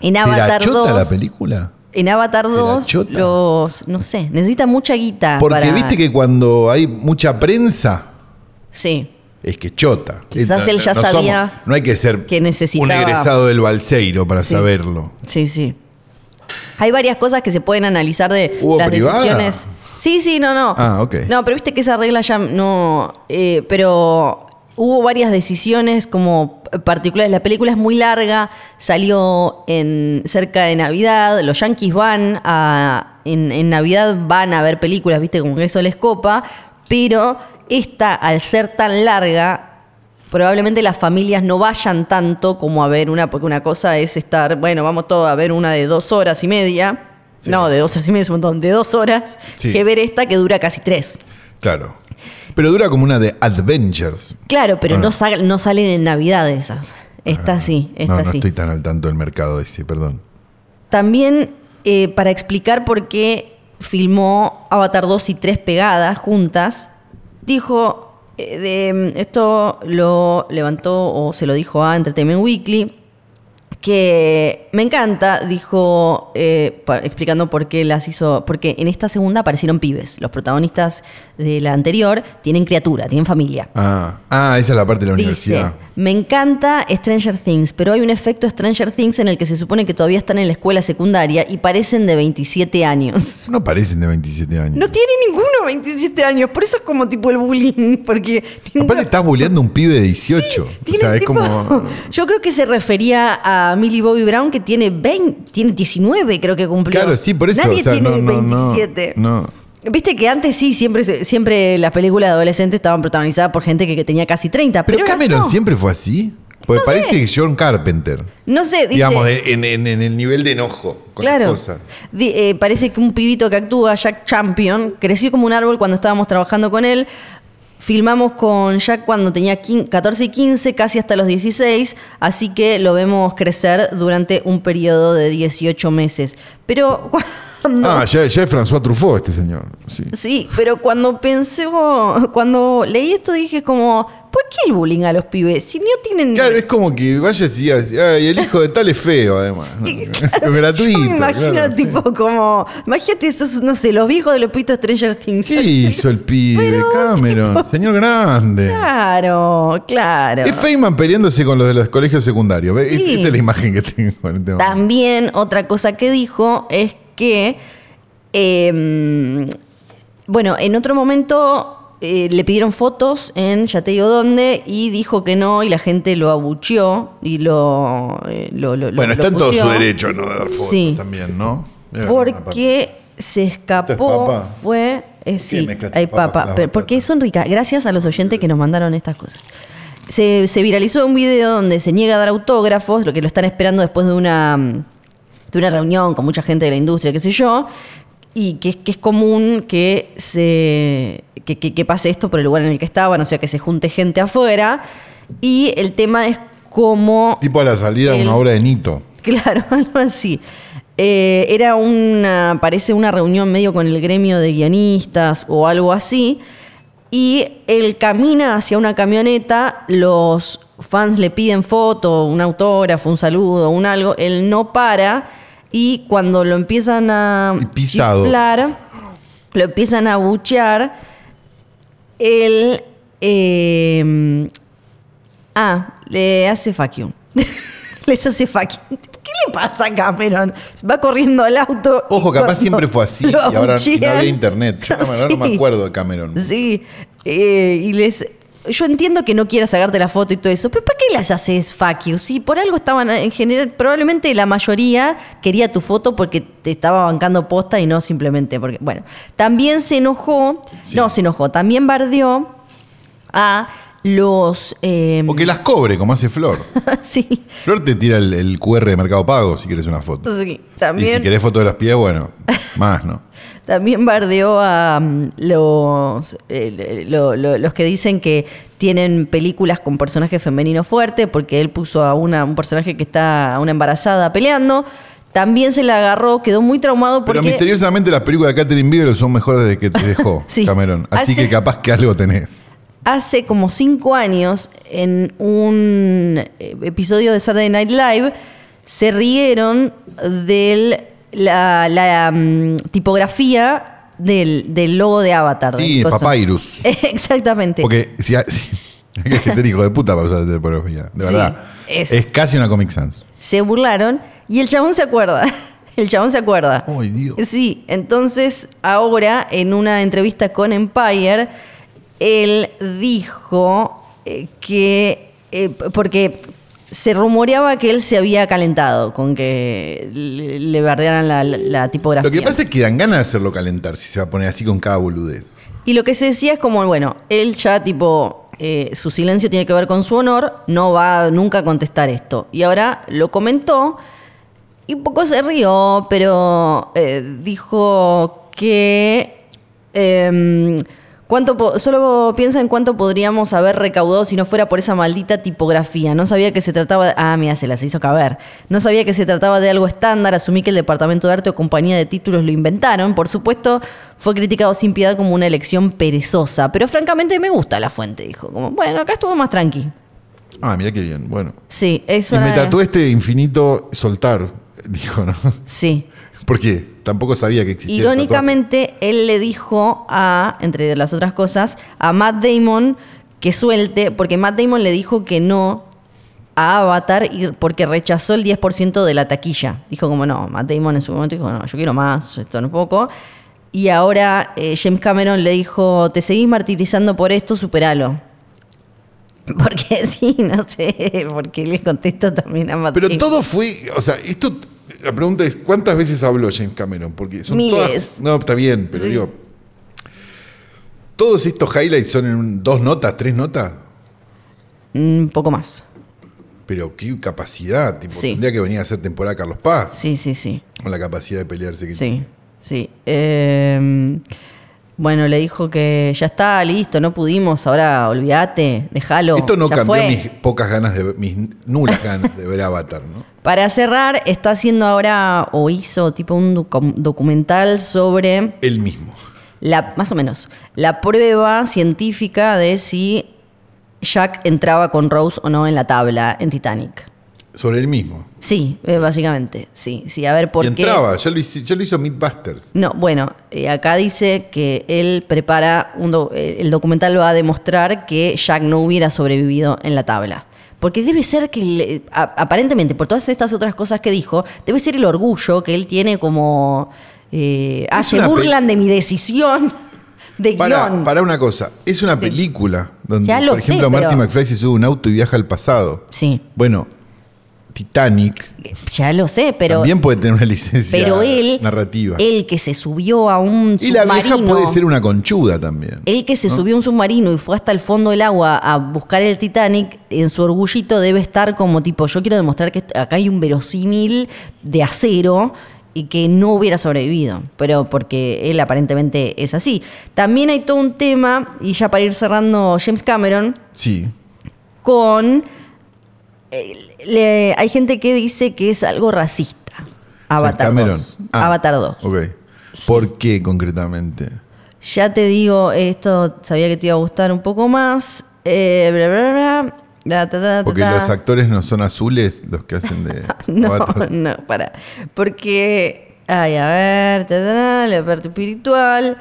S3: en
S2: ¿Te la
S3: Avatar
S2: chota
S3: 2,
S2: la película?
S3: en Avatar
S2: ¿Se la
S3: 2,
S2: chota?
S3: los, no sé, necesita mucha guita
S2: Porque
S3: para-
S2: viste que cuando hay mucha prensa
S3: Sí,
S2: es que chota.
S3: Quizás
S2: Eh,
S3: él ya sabía
S2: no hay que ser
S3: que
S2: un
S3: necesitaba-
S2: egresado del Balseiro para
S3: Sí.
S2: saberlo.
S3: sí, sí. Hay varias cosas que se pueden analizar de
S2: ¿Hubo
S3: las
S2: privada?
S3: decisiones. Sí, sí, no, no.
S2: Ah, ok.
S3: No, pero viste que esa regla ya no. eh, pero hubo varias decisiones como particulares. La película es muy larga, salió en cerca de Navidad. Los Yankees van a. En, en Navidad van a ver películas, viste, como que eso les copa. Pero esta, al ser tan larga. Probablemente las familias no vayan tanto como a ver una, porque una cosa es estar, bueno, vamos todos a ver una de dos horas y media.
S2: Sí.
S3: No, de dos horas y media es un montón, de dos horas,
S2: Sí.
S3: que ver esta que dura casi tres.
S2: Claro. Pero dura como una de Adventures.
S3: Claro, pero
S2: Ah.
S3: no, sal- no salen en Navidad esas. Esta sí, esta
S2: no, no
S3: sí.
S2: estoy tan al tanto del mercado ese, perdón.
S3: También eh, para explicar por qué filmó Avatar 2 y 3 pegadas juntas, dijo, eh, de- esto lo levantó o se lo dijo a Entertainment Weekly, que me encanta, dijo, eh, pa- explicando por qué las hizo, porque en esta segunda aparecieron pibes, los protagonistas de la anterior tienen criatura, tienen familia.
S2: Ah, ah, esa es la parte de la
S3: Dice,
S2: universidad.
S3: me encanta Stranger Things, pero hay un efecto Stranger Things en el que se supone que todavía están en la escuela secundaria y parecen de 27 años.
S2: No parecen de 27 años.
S3: No tiene ninguno 27 años, por eso es como tipo el bullying, porque...
S2: Aparte estás boleando a un pibe de 18. o
S3: tiene
S2: sea, es
S3: tipo-
S2: como...
S3: Yo creo que se refería a Millie Bobby Brown que tiene 20, tiene 19 creo que cumplió.
S2: Claro, sí, por eso.
S3: Nadie
S2: o sea,
S3: tiene
S2: no, no, no,
S3: 27.
S2: no.
S3: Viste que antes sí, siempre, se- siempre las películas de adolescentes estaban protagonizadas por gente que, que tenía casi 30, pero,
S2: Pero
S3: ellas
S2: Cameron
S3: no.
S2: siempre fue así. Porque
S3: No
S2: parece
S3: sé.
S2: John Carpenter.
S3: No sé, dice-
S2: digamos, de- en, en- en el nivel de enojo con
S3: claro.
S2: las cosas.
S3: Di- eh, parece que un pibito que actúa, Jack Champion, creció como un árbol cuando estábamos trabajando con él. Filmamos con Jack cuando tenía quin- 14 y 15, casi hasta los 16, así que lo vemos crecer durante un periodo de 18 meses. Pero cuando...
S2: Ah, ya, ya es François Truffaut este señor. Sí.
S3: Sí, pero cuando pensé, cuando leí esto dije como, ¿por qué el bullying a los pibes? Si no tienen...
S2: Claro, es como que vayas y digas, "Ay, el hijo de tal es feo, además. Gratuito.
S3: Yo me imagino
S2: claro, sí.
S3: tipo como, imagínate esos, no sé, los viejos de los pitos Stranger Things.
S2: ¿Qué hizo el pibe, Cameron? Señor grande.
S3: Claro, claro.
S2: Es Feynman peleándose con los de los colegios secundarios. ¿ves?
S3: Sí.
S2: Esta es la imagen que tengo en este momento.
S3: También otra cosa que dijo es que, eh, bueno, en otro momento eh, le pidieron fotos en ya te digo dónde y dijo que no y la gente lo abucheó y lo... eh, lo- lo- lo-
S2: Bueno, está
S3: lo
S2: en todo su
S3: puteó.
S2: derecho a no dar fotos
S3: Sí.
S2: también, ¿no? Debe haber una parte.
S3: Porque se escapó,
S2: papa?
S3: fue... eh, sí,
S2: mezclaste
S3: hay
S2: papa
S3: papa,
S2: con las
S3: pero-
S2: batatas?
S3: porque son ricas. Gracias a los oyentes que nos mandaron estas cosas. Se, se viralizó un video donde se niega a dar autógrafos, lo que lo están esperando después de una, mm, de una reunión con mucha gente de la industria, qué sé yo, y que, es- que es común que, se, que, que- que pase esto por el lugar en el que estaban, o sea, que se junte gente afuera. Y el tema es cómo
S2: Tipo a la salida de
S3: El-
S2: una obra de Nito.
S3: Claro, algo así. Eh, era una, parece una reunión medio con el gremio de guionistas o algo así. Y él camina hacia una camioneta, los fans le piden foto, un autógrafo, un saludo, un algo. Él no para y cuando lo empiezan a
S2: Y pisado.
S3: chiflar, lo empiezan a buchear, él... eh, Ah, le hace fuck you. Les hace fuck you. ¿Qué le pasa a Cameron? Va corriendo al auto. y
S2: Ojo, capaz
S3: cor-
S2: siempre fue así y
S3: lo
S2: ahora y no
S3: abuchean.
S2: había internet. Yo no, me- ahora no me
S3: Sí.
S2: acuerdo de Cameron.
S3: Sí. Eh, y les. Yo entiendo que no quieras sacarte la foto y todo eso, pero ¿para qué las haces fuck you? Sí, por algo estaban en general, probablemente la mayoría quería tu foto porque te estaba bancando posta y no simplemente porque. Bueno, también se enojó,
S2: Sí.
S3: no se enojó, también bardeó a los. eh,
S2: O que las cobre, como hace Flor.
S3: sí.
S2: Flor te tira el, el QR de Mercado Pago si quieres una foto.
S3: Sí,
S2: Y
S3: también,
S2: si querés foto de los pies, bueno, más, ¿no?
S3: también bardeó a mm, los, eh, lo- lo- los que dicen que tienen películas con personaje femenino fuerte, porque él puso a una, un personaje que está, a una embarazada peleando. También se la agarró, quedó muy traumado porque.
S2: Pero misteriosamente las películas de Catherine Bigelow son mejores desde que te dejó
S3: Sí.
S2: Cameron. Así
S3: Hace-
S2: que capaz que algo tenés.
S3: hace como cinco años, en un eh, episodio de Saturday Night Live, se rieron de la, la, mm, tipografía del, del logo de Avatar.
S2: Sí,
S3: del coso.
S2: Papyrus.
S3: Exactamente.
S2: Porque si hay, si- hay que ser hijo de puta para usar esta tipografía, de
S3: Sí,
S2: verdad.
S3: eso.
S2: es casi una Comic Sans.
S3: Se burlaron y el chabón se acuerda. El chabón se acuerda.
S2: Ay, Dios.
S3: Sí, entonces ahora en una entrevista con Empire, él dijo eh, que, eh, p- porque se rumoreaba que él se había calentado con que le le bardearan la, la- la tipografía.
S2: Lo que pasa es que dan ganas de hacerlo calentar si se va a poner así con cada boludez.
S3: Y lo que se decía es como, bueno, él ya tipo, eh, su silencio tiene que ver con su honor, no va nunca a contestar esto. Y ahora lo comentó y un poco se rió, pero eh, dijo que... em, ¿Cuánto po- solo piensa en cuánto podríamos haber recaudado si no fuera por esa maldita tipografía. No sabía que se trataba. Ah, mira, se las hizo caber. No sabía que se trataba de algo estándar. Asumí que el departamento de arte o compañía de títulos lo inventaron. Por supuesto, fue criticado sin piedad como una elección perezosa. Pero francamente me gusta la fuente, dijo. Como, bueno, acá estuvo más tranqui.
S2: Ah, mira qué bien. Bueno.
S3: Sí, eso.
S2: Si me tatué este infinito soltar, dijo, ¿no?
S3: Sí.
S2: Porque tampoco sabía que existía. el tatuaje.
S3: Irónicamente, él le dijo a, entre las otras cosas, a Matt Damon que suelte, porque Matt Damon le dijo que no a Avatar y- porque rechazó el 10% de la taquilla. Dijo como no, Matt Damon en su momento dijo, no, yo quiero más, esto no poco. Y ahora eh, James Cameron le dijo, te seguís martirizando por esto, superalo. Porque sí, no sé, porque le contesta también a Matt
S2: Pero
S3: Damon.
S2: todo fue, o sea, esto, la pregunta es, ¿cuántas veces habló James Cameron? Porque son
S3: Miles.
S2: todas- no, está bien, pero
S3: Sí.
S2: digo, todos estos highlights son en un- dos notas, tres notas,
S3: Un Mm, poco más.
S2: pero qué capacidad, tipo,
S3: Sí.
S2: tendría que venir a hacer temporada Carlos Paz
S3: Sí, sí, sí.
S2: con la capacidad de pelearse que
S3: Sí, sí. Eh, Bueno, le dijo que ya está, listo, no pudimos, ahora olvídate, déjalo.
S2: Esto no
S3: ya
S2: cambió
S3: fue".
S2: mis pocas ganas de ver- mis nulas ganas de ver Avatar, ¿no?
S3: Para cerrar, está haciendo ahora o hizo tipo un docu- documental sobre
S2: Él mismo.
S3: la, más o menos, la prueba científica de si Jack entraba con Rose o no en la tabla en Titanic.
S2: Sobre él mismo.
S3: Sí, eh, básicamente, sí, sí, a ver por
S2: Y
S3: qué.
S2: entraba, ya lo, hizo, ya lo hizo Mythbusters.
S3: No, bueno, eh, acá dice que él prepara, un do- eh, el documental va a demostrar que Jack no hubiera sobrevivido en la tabla. Porque debe ser que, le- a- aparentemente, por todas estas otras cosas que dijo, debe ser el orgullo que él tiene como... eh, ah,
S2: Es
S3: se
S2: una pe-
S3: burlan de mi decisión de
S2: Para,
S3: guión.
S2: para una cosa, es una película donde,
S3: Ya lo
S2: por ejemplo,
S3: sé,
S2: Marty
S3: pero-
S2: McFly se sube a un auto y viaja al pasado.
S3: Sí,
S2: Bueno, Titanic
S3: ya lo sé, pero...
S2: también puede tener una licencia
S3: pero él,
S2: narrativa.
S3: el que se subió a un
S2: y la vieja
S3: submarino-
S2: puede ser una conchuda también.
S3: El que se subió a un submarino y fue hasta el fondo del agua a buscar el Titanic, en su orgullito debe estar como tipo, yo quiero demostrar que esto- acá hay un verosímil de acero y que no hubiera sobrevivido, pero porque él aparentemente es así. También hay todo un tema, y ya para ir cerrando James Cameron,
S2: Sí.
S3: con... eh, le- hay gente que dice que es algo racista. Avatar
S2: Cameron.
S3: 2.
S2: Ah,
S3: Avatar 2.
S2: Ok. ¿Por qué concretamente?
S3: Ya te digo, esto sabía que te iba a gustar un poco más. Eh, bla, bla, bla, da, ta, ta, ta,
S2: Porque
S3: ta.
S2: los actores no son azules los que hacen de
S3: No,
S2: Avatar.
S3: no, para. Porque, ay, a ver, ta, ta, ta, la parte espiritual.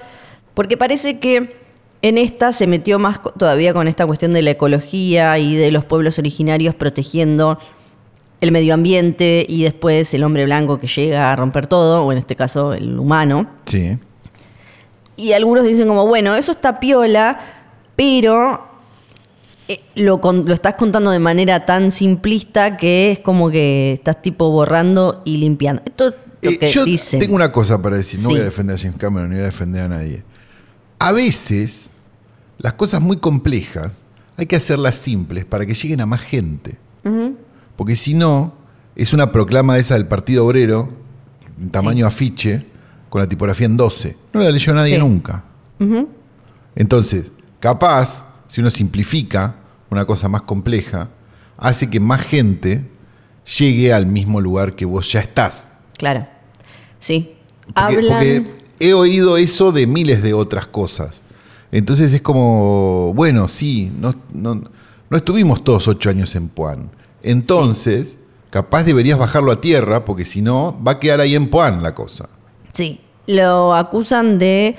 S3: Porque parece que en esta se metió más co- todavía con esta cuestión de la ecología y de los pueblos originarios protegiendo el medio ambiente y después el hombre blanco que llega a romper todo, o en este caso el humano.
S2: Sí.
S3: Y algunos dicen como, bueno, eso está piola, pero eh, lo, con- lo estás contando de manera tan simplista que es como que estás tipo borrando y limpiando. Esto es lo
S2: Eh,
S3: que
S2: yo
S3: dicen.
S2: tengo una cosa para decir, no
S3: Sí.
S2: voy a defender a James Cameron ni voy a defender a nadie. A veces, las cosas muy complejas hay que hacerlas simples para que lleguen a más gente. Porque si no, es una proclama esa del Partido Obrero, en tamaño afiche, con la tipografía en 12. No la leyó nadie
S3: Sí.
S2: nunca. Entonces, capaz, si uno simplifica una cosa más compleja, hace que más gente llegue al mismo lugar que vos ya estás.
S3: Claro. Sí.
S2: Porque,
S3: Hablan.
S2: porque he oído eso de miles de otras cosas. Entonces es como, bueno, sí, no, no- no estuvimos todos ocho años en Puan. Entonces, capaz deberías bajarlo a tierra, porque si no, va a quedar ahí en Puan la cosa.
S3: Sí. Lo acusan de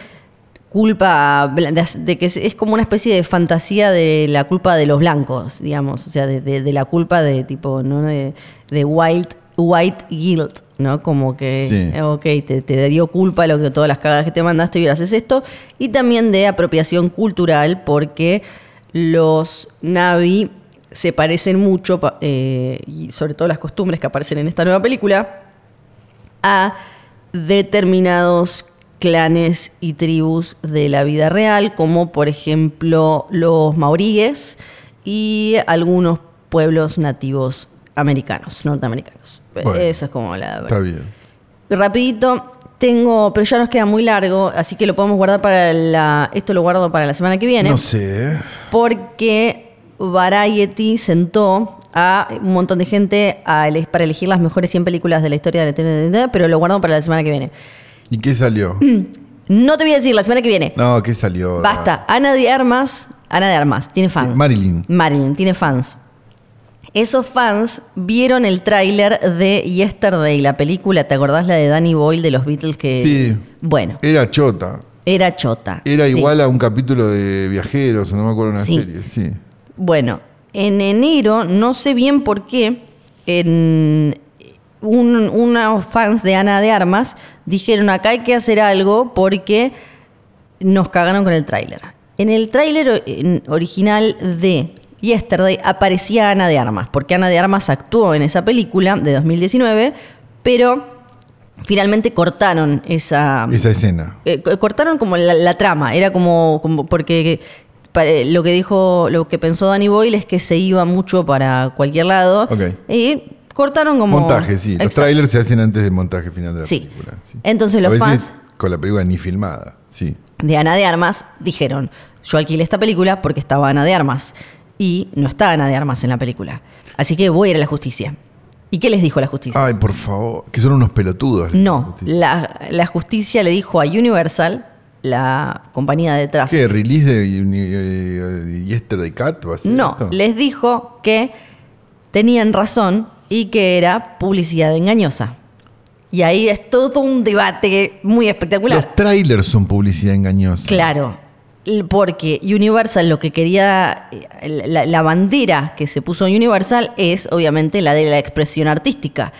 S3: culpa, bla- de, de que es- es como una especie de fantasía de la culpa de los blancos, digamos, o sea, de, de- de la culpa de tipo, ¿no? De, de white, white guilt, ¿no? Como que,
S2: Sí.
S3: eh, ok, te, te dio culpa lo que todas las cagadas que te mandaste y ahora haces esto, y también de apropiación cultural, porque los Navi se parecen mucho, pa- eh, y sobre todo las costumbres que aparecen en esta nueva película, a determinados clanes y tribus de la vida real, como por ejemplo los maoríes y algunos pueblos nativos americanos, norteamericanos.
S2: Bueno,
S3: Eso es como la...
S2: Está bien.
S3: Rapidito, tengo, pero ya nos queda muy largo, así que lo podemos guardar para la... Esto lo guardo para la semana que viene
S2: No sé. ¿eh?
S3: porque Variety sentó a un montón de gente a ele- para elegir las mejores 100 películas de la historia de la TNT, pero lo guardo para la semana que viene.
S2: ¿Y qué salió?
S3: No te voy a decir la semana que viene.
S2: No, ¿qué salió?
S3: Mm. Basta. Ana de Armas, Ana de Armas, tiene fans.
S2: Marilyn.
S3: Marilyn, tiene fans. Esos fans vieron el tráiler de Yesterday, la película, ¿te acordás la de Danny Boyle de los Beatles que
S2: Sí.
S3: Bueno,
S2: Era chota.
S3: era chota.
S2: Era
S3: Sí.
S2: igual a un capítulo de Viajeros, no me acuerdo una
S3: Sí.
S2: serie, sí.
S3: Bueno, en enero, no sé bien por qué, en un- unos fans de Ana de Armas dijeron acá hay que hacer algo porque nos cagaron con el tráiler. En el tráiler o- en- original de Yesterday aparecía Ana de Armas, porque Ana de Armas actuó en esa película de 2019, pero finalmente cortaron esa,
S2: Esa escena.
S3: eh, co- cortaron como la, la trama, era como, como porque pare- lo que dijo, lo que pensó Danny Boyle es que se iba mucho para cualquier lado.
S2: Ok.
S3: Y cortaron como.
S2: Montaje, sí. Los
S3: Exacto.
S2: trailers se hacen antes del montaje final de la
S3: Sí.
S2: película. sí.
S3: Entonces
S2: A
S3: los
S2: veces
S3: fans-
S2: Con la película ni filmada, sí.
S3: de Ana de Armas dijeron, yo alquilé esta película porque estaba Ana de Armas y no está Ana de Armas en la película. Así que voy a ir a la justicia. ¿Y qué les dijo la justicia?
S2: Ay, por favor, que son unos pelotudos.
S3: no, la, la justicia le dijo a Universal, la compañía detrás.
S2: ¿Qué? ¿Release de Uni- eh, Yesterday Cat? va a ser
S3: No,
S2: esto?
S3: les dijo que tenían razón y que era publicidad engañosa. Y ahí es todo un debate muy espectacular.
S2: Los trailers son publicidad engañosa.
S3: Claro, l- porque Universal lo que quería, eh, la, la bandera que se puso Universal es obviamente la de la expresión artística.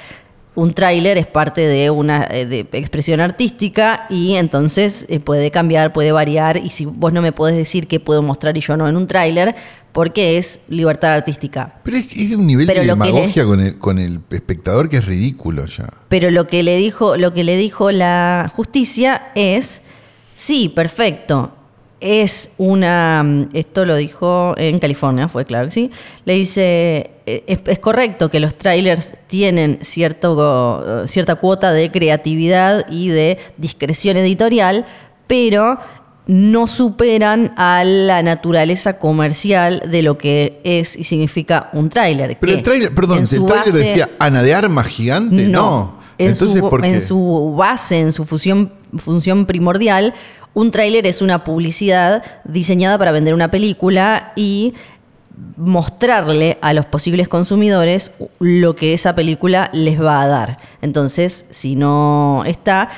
S3: Un tráiler es parte de una eh, de expresión artística y entonces eh, puede cambiar, puede variar y si vos no me podés decir qué puedo mostrar y yo no en un tráiler, porque es libertad artística.
S2: Pero es, es de un nivel
S3: Pero
S2: de
S3: lo que
S2: demagogia con, el, con el espectador que es ridículo ya.
S3: Pero lo que le dijo, lo que le dijo la justicia es, sí, perfecto, es una, mm, esto lo dijo en California, fue claro que sí, le dice, eh, es, es correcto que los trailers tienen cierto, eh, cierta cuota de creatividad y de discreción editorial, pero no superan a la naturaleza comercial de lo que es y significa un tráiler.
S2: Pero
S3: que
S2: el tráiler, perdón,
S3: Eh, en
S2: el
S3: su
S2: tráiler
S3: base-
S2: decía Ana de Armas gigante, no.
S3: en,
S2: Entonces,
S3: su,
S2: ¿por qué?
S3: en su base, en su fusión- función primordial, un tráiler es una publicidad diseñada para vender una película y mostrarle a los posibles consumidores lo que esa película les va a dar. Entonces, si no está,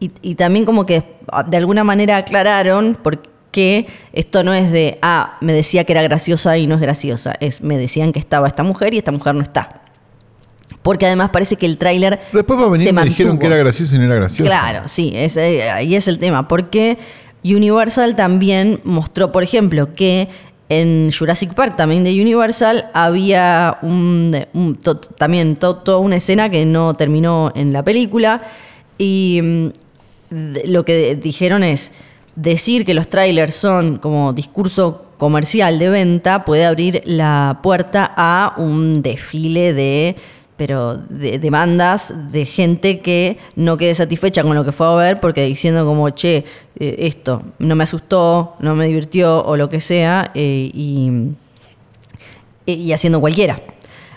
S3: y, y también como que de alguna manera aclararon por qué esto no es de, ah, me decía que era graciosa y no es graciosa, es, me decían que estaba esta mujer y esta mujer no está. Porque además parece que el tráiler
S2: Pero Después va a venir
S3: se
S2: y me dijeron
S3: mantuvo.
S2: que era gracioso y no era gracioso.
S3: Claro, sí, ese- ahí es el tema. Porque Universal también mostró, por ejemplo, que en Jurassic Park, también de Universal, había un, un- to- también to- toda una escena que no terminó en la película. Y mm, de- lo que dijeron es, decir que los trailers son como discurso comercial de venta puede abrir la puerta a un desfile de pero de demandas de gente que no quede satisfecha con lo que fue a ver porque diciendo como che eh, esto no me asustó no me divirtió o lo que sea eh, y eh, y haciendo cualquiera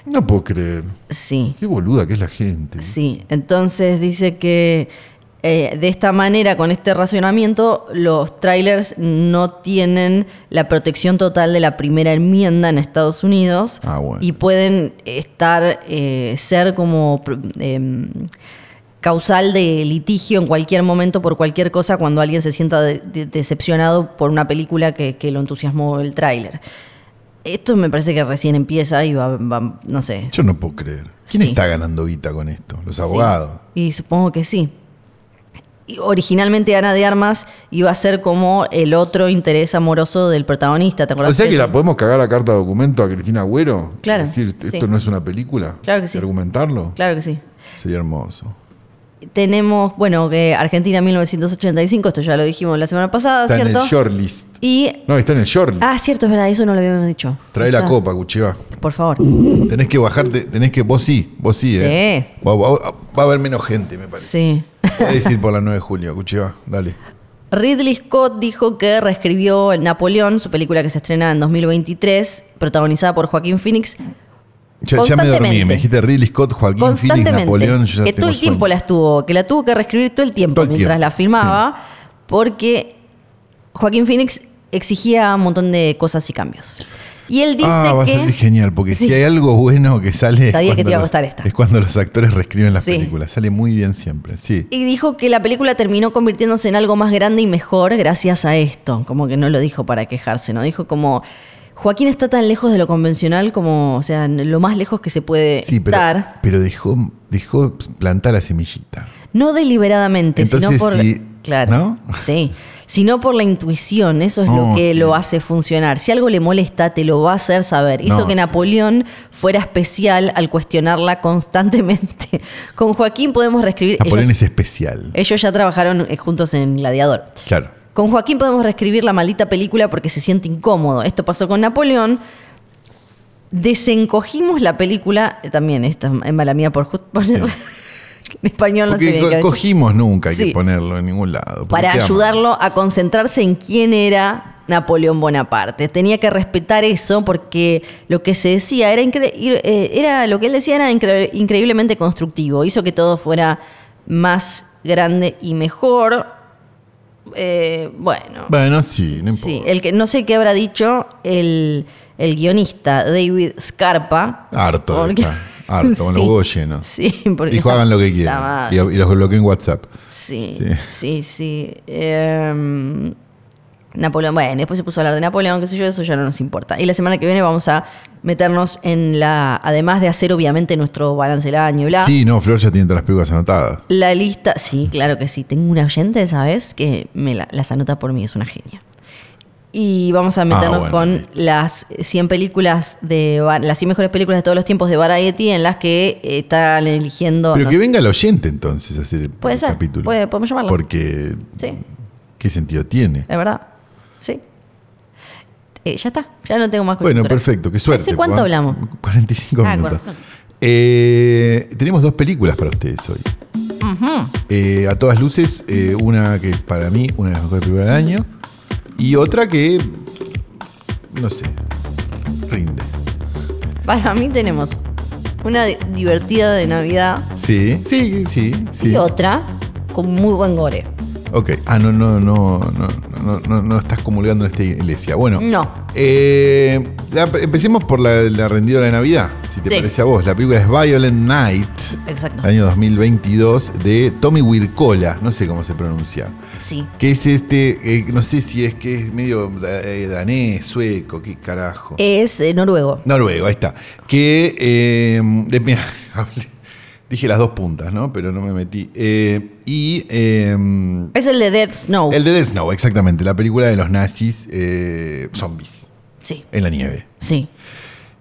S2: No puedo creer.
S3: sí
S2: Qué boluda que es la gente.
S3: Sí, entonces dice que eh, de esta manera, con este racionamiento, los trailers no tienen la protección total de la primera enmienda en Estados Unidos
S2: Ah, bueno.
S3: y pueden estar, eh, ser como pr- em, causal de litigio en cualquier momento por cualquier cosa cuando alguien se sienta de- de- decepcionado por una película que, que lo entusiasmó el tráiler. Esto me parece que recién empieza y va, va- no sé,
S2: Yo no puedo creer. ¿Quién
S3: Sí.
S2: está ganando guita con esto? Los
S3: Sí.
S2: abogados.
S3: Y supongo que sí. Y originalmente Ana de Armas iba a ser como el otro interés amoroso del protagonista, ¿te acuerdas?
S2: O sea que la podemos cagar a carta de documento a Cristina Agüero.
S3: Claro,
S2: Decir, esto
S3: sí.
S2: no es una película.
S3: Claro que sí.
S2: Y argumentarlo.
S3: Claro que sí.
S2: Sería hermoso.
S3: Tenemos, bueno, que Argentina 1985, esto ya lo dijimos la semana pasada,
S2: Está en
S3: ¿cierto?
S2: el shortlist.
S3: Y.
S2: No, está en el shortlist.
S3: Ah, cierto, es verdad, eso no lo habíamos dicho.
S2: Trae la
S3: Está.
S2: copa, Cucheva.
S3: Por favor.
S2: Tenés que bajarte, tenés que. Vos sí, vos sí, ¿eh?
S3: Sí.
S2: Va, va- va a haber menos gente, me parece.
S3: Sí.
S2: Podés ir por la 9 de julio, Cucheva, dale.
S3: Ridley Scott dijo que reescribió Napoleón, su película que se estrena en 2023, protagonizada por Joaquín Phoenix,
S2: Ya, ya me dormí,
S3: Constantemente.
S2: me dijiste Ridley Scott, Joaquín Phoenix,
S3: constantemente.
S2: Napoleón. yo ya
S3: que todo
S2: tengo
S3: el tiempo
S2: sueño.
S3: la estuvo, que la tuvo que reescribir todo el tiempo
S2: Todo el
S3: mientras
S2: tiempo,
S3: la filmaba, porque Joaquín Phoenix exigía un montón de cosas y cambios. Y él dice
S2: Ah, va a
S3: que.
S2: salir genial, porque
S3: Sí.
S2: si hay algo bueno que sale. es
S3: Sabía que te
S2: cuando
S3: iba a
S2: los-
S3: gustar esta.
S2: Es cuando los actores reescriben las
S3: Sí.
S2: películas. Sale muy bien siempre, sí.
S3: Y dijo que la película terminó convirtiéndose en algo más grande y mejor gracias a esto. Como que no lo dijo para quejarse, ¿no? Dijo como. Joaquín está tan lejos de lo convencional como, o sea, lo más lejos que se puede
S2: Sí, pero,
S3: estar.
S2: pero dejó, dejó plantar la semillita.
S3: No deliberadamente, sino
S2: Entonces,
S3: por.
S2: sí,
S3: claro.
S2: ¿no?
S3: Sí. Sino por la intuición, eso es lo
S2: No,
S3: que
S2: sí.
S3: lo hace funcionar. Si algo le molesta, te lo va a hacer saber. Hizo
S2: No,
S3: que
S2: sí.
S3: Napoleón fuera especial al cuestionarla constantemente. Con Joaquín podemos reescribir.
S2: Napoleón
S3: ellos,
S2: es especial.
S3: ellos ya trabajaron eh, juntos en Gladiador.
S2: Claro.
S3: Con Joaquín podemos reescribir la maldita película porque se siente incómodo. Esto pasó con Napoleón. Desencogimos la película, eh, también esta es mala mía por, ju- por- En español no sé
S2: Porque
S3: bien qué-
S2: co- cogimos nunca, hay
S3: Sí.
S2: que ponerlo en ningún lado. porque
S3: para
S2: te aman.
S3: ayudarlo a concentrarse en quién era Napoleón Bonaparte. Tenía que respetar eso porque lo que se decía era, incre- ir- eh, era lo que él decía era incre- increíblemente constructivo. Hizo que todo fuera más grande y mejor. Eh, bueno,
S2: Bueno, sí, no importa.
S3: sí, el que no sé qué habrá dicho el, el guionista David Scarpa.
S2: Harto de
S3: Porque-
S2: esta, harto, con los
S3: Sí.
S2: huevos llenos.
S3: Sí, porque-
S2: Dijo, hagan lo que
S3: La
S2: quieran.
S3: madre.
S2: Y, y los bloqueé en WhatsApp.
S3: Sí,
S2: Sí.
S3: sí, sí. Em, Napoleón, bueno, después se puso a hablar de Napoleón, qué sé yo, eso ya no nos importa. Y la semana que viene vamos a meternos en la, además de hacer obviamente nuestro balance del año, y bla,
S2: Sí, no, Flor ya tiene todas las películas anotadas.
S3: la lista, sí, claro que sí, tengo una oyente, ¿sabes? Que me la- las anota por mí, es una genia. Y vamos a meternos
S2: Ah, bueno,
S3: con
S2: listo.
S3: las 100 películas de va- las 100 mejores películas de todos los tiempos de Variety en las que eh, están eligiendo
S2: Pero
S3: no
S2: que
S3: sé,
S2: venga el oyente entonces a hacer el
S3: Puede ser,
S2: capítulo.
S3: puede- podemos llamarlo.
S2: Porque,
S3: Sí.
S2: ¿qué sentido tiene?
S3: Es verdad. Sí. Eh, ya está. Ya no tengo más
S2: Bueno,
S3: cultura.
S2: perfecto, qué suerte.
S3: ¿Hace cuánto
S2: Juan.
S3: hablamos?
S2: 45
S3: Ah, con
S2: minutos.
S3: razón.
S2: Eh, tenemos dos películas para ustedes hoy. Eh, a todas luces, eh, una que es para mí una de las mejores películas del año y otra que, no sé, rinde.
S3: Para mí tenemos una di- divertida de Navidad
S2: Sí, sí, sí, sí.
S3: y otra con muy buen gore.
S2: Ok. Ah, no, no, no, no, no, no, no estás comulgando en esta iglesia. Bueno.
S3: No.
S2: Eh, la- empecemos por la, la rendidora de Navidad, si te
S3: Sí.
S2: parece a vos. La película es Violent Night.
S3: Exacto.
S2: año 2022 de Tommy Wirkola, no sé cómo se pronuncia,
S3: Sí.
S2: que es este, eh, no sé si es que es medio eh, danés, sueco, qué carajo.
S3: Es eh, noruego.
S2: Noruego, ahí está. Que, eh, de- mira, hablé- dije las dos puntas, ¿no? Pero no me metí. Eh, y eh,
S3: Es el de Dead Snow.
S2: el de Death Snow, exactamente, la película de los nazis eh, zombies
S3: Sí.
S2: en la nieve.
S3: Sí.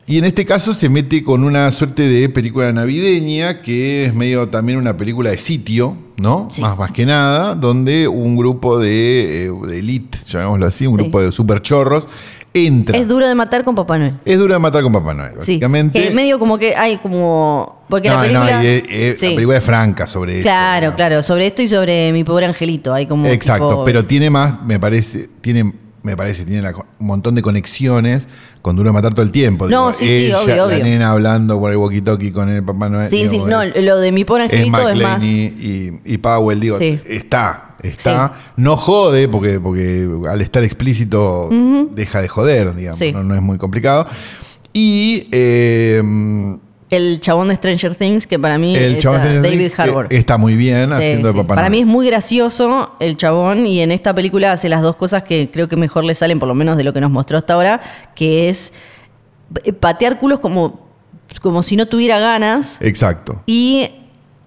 S2: Y en este caso se mete con una suerte de película navideña, que es medio también una película de sitio, ¿no?
S3: Sí.
S2: Más, más que nada, donde un grupo de, eh, de elite, llamémoslo así, un
S3: Sí.
S2: grupo de superchorros, entra.
S3: Es duro de matar con Papá Noel.
S2: Es duro de matar con Papá Noel,
S3: Sí.
S2: básicamente.
S3: Que medio como que hay como. Porque
S2: no,
S3: la
S2: no,
S3: película.
S2: y, eh, eh,
S3: Sí.
S2: la película es franca sobre
S3: Claro,
S2: eso. ¿no?
S3: claro. Sobre esto y sobre mi pobre angelito. Hay como.
S2: Exacto,
S3: tipo-
S2: pero tiene más, me parece, tiene, me parece, tiene la co- un montón de conexiones con Duro de Matar todo el tiempo.
S3: No, sí, sí, obvio,
S2: la
S3: obvio.
S2: nena hablando por el walkie-talkie con el Papá Noel.
S3: Sí, sí.
S2: digo,
S3: No,
S2: es-
S3: lo de mi pobre
S2: es
S3: angelito es, más.
S2: McLeaney y, y Powell, digo,
S3: Sí.
S2: está, está. No jode, porque, porque al estar explícito deja de joder, digamos,
S3: Sí.
S2: no, no es muy complicado. Y eh,
S3: El chabón de Stranger Things, que para mí
S2: el
S3: está
S2: chabón este de
S3: David
S2: Netflix,
S3: Harbour.
S2: eh, está muy bien
S3: Sí,
S2: haciendo de
S3: sí.
S2: Papá
S3: Para mí
S2: Noel.
S3: es muy gracioso el chabón y en esta película hace las dos cosas que creo que mejor le salen, por lo menos de lo que nos mostró hasta ahora, que es eh, patear culos como, como si no tuviera ganas
S2: Exacto.
S3: y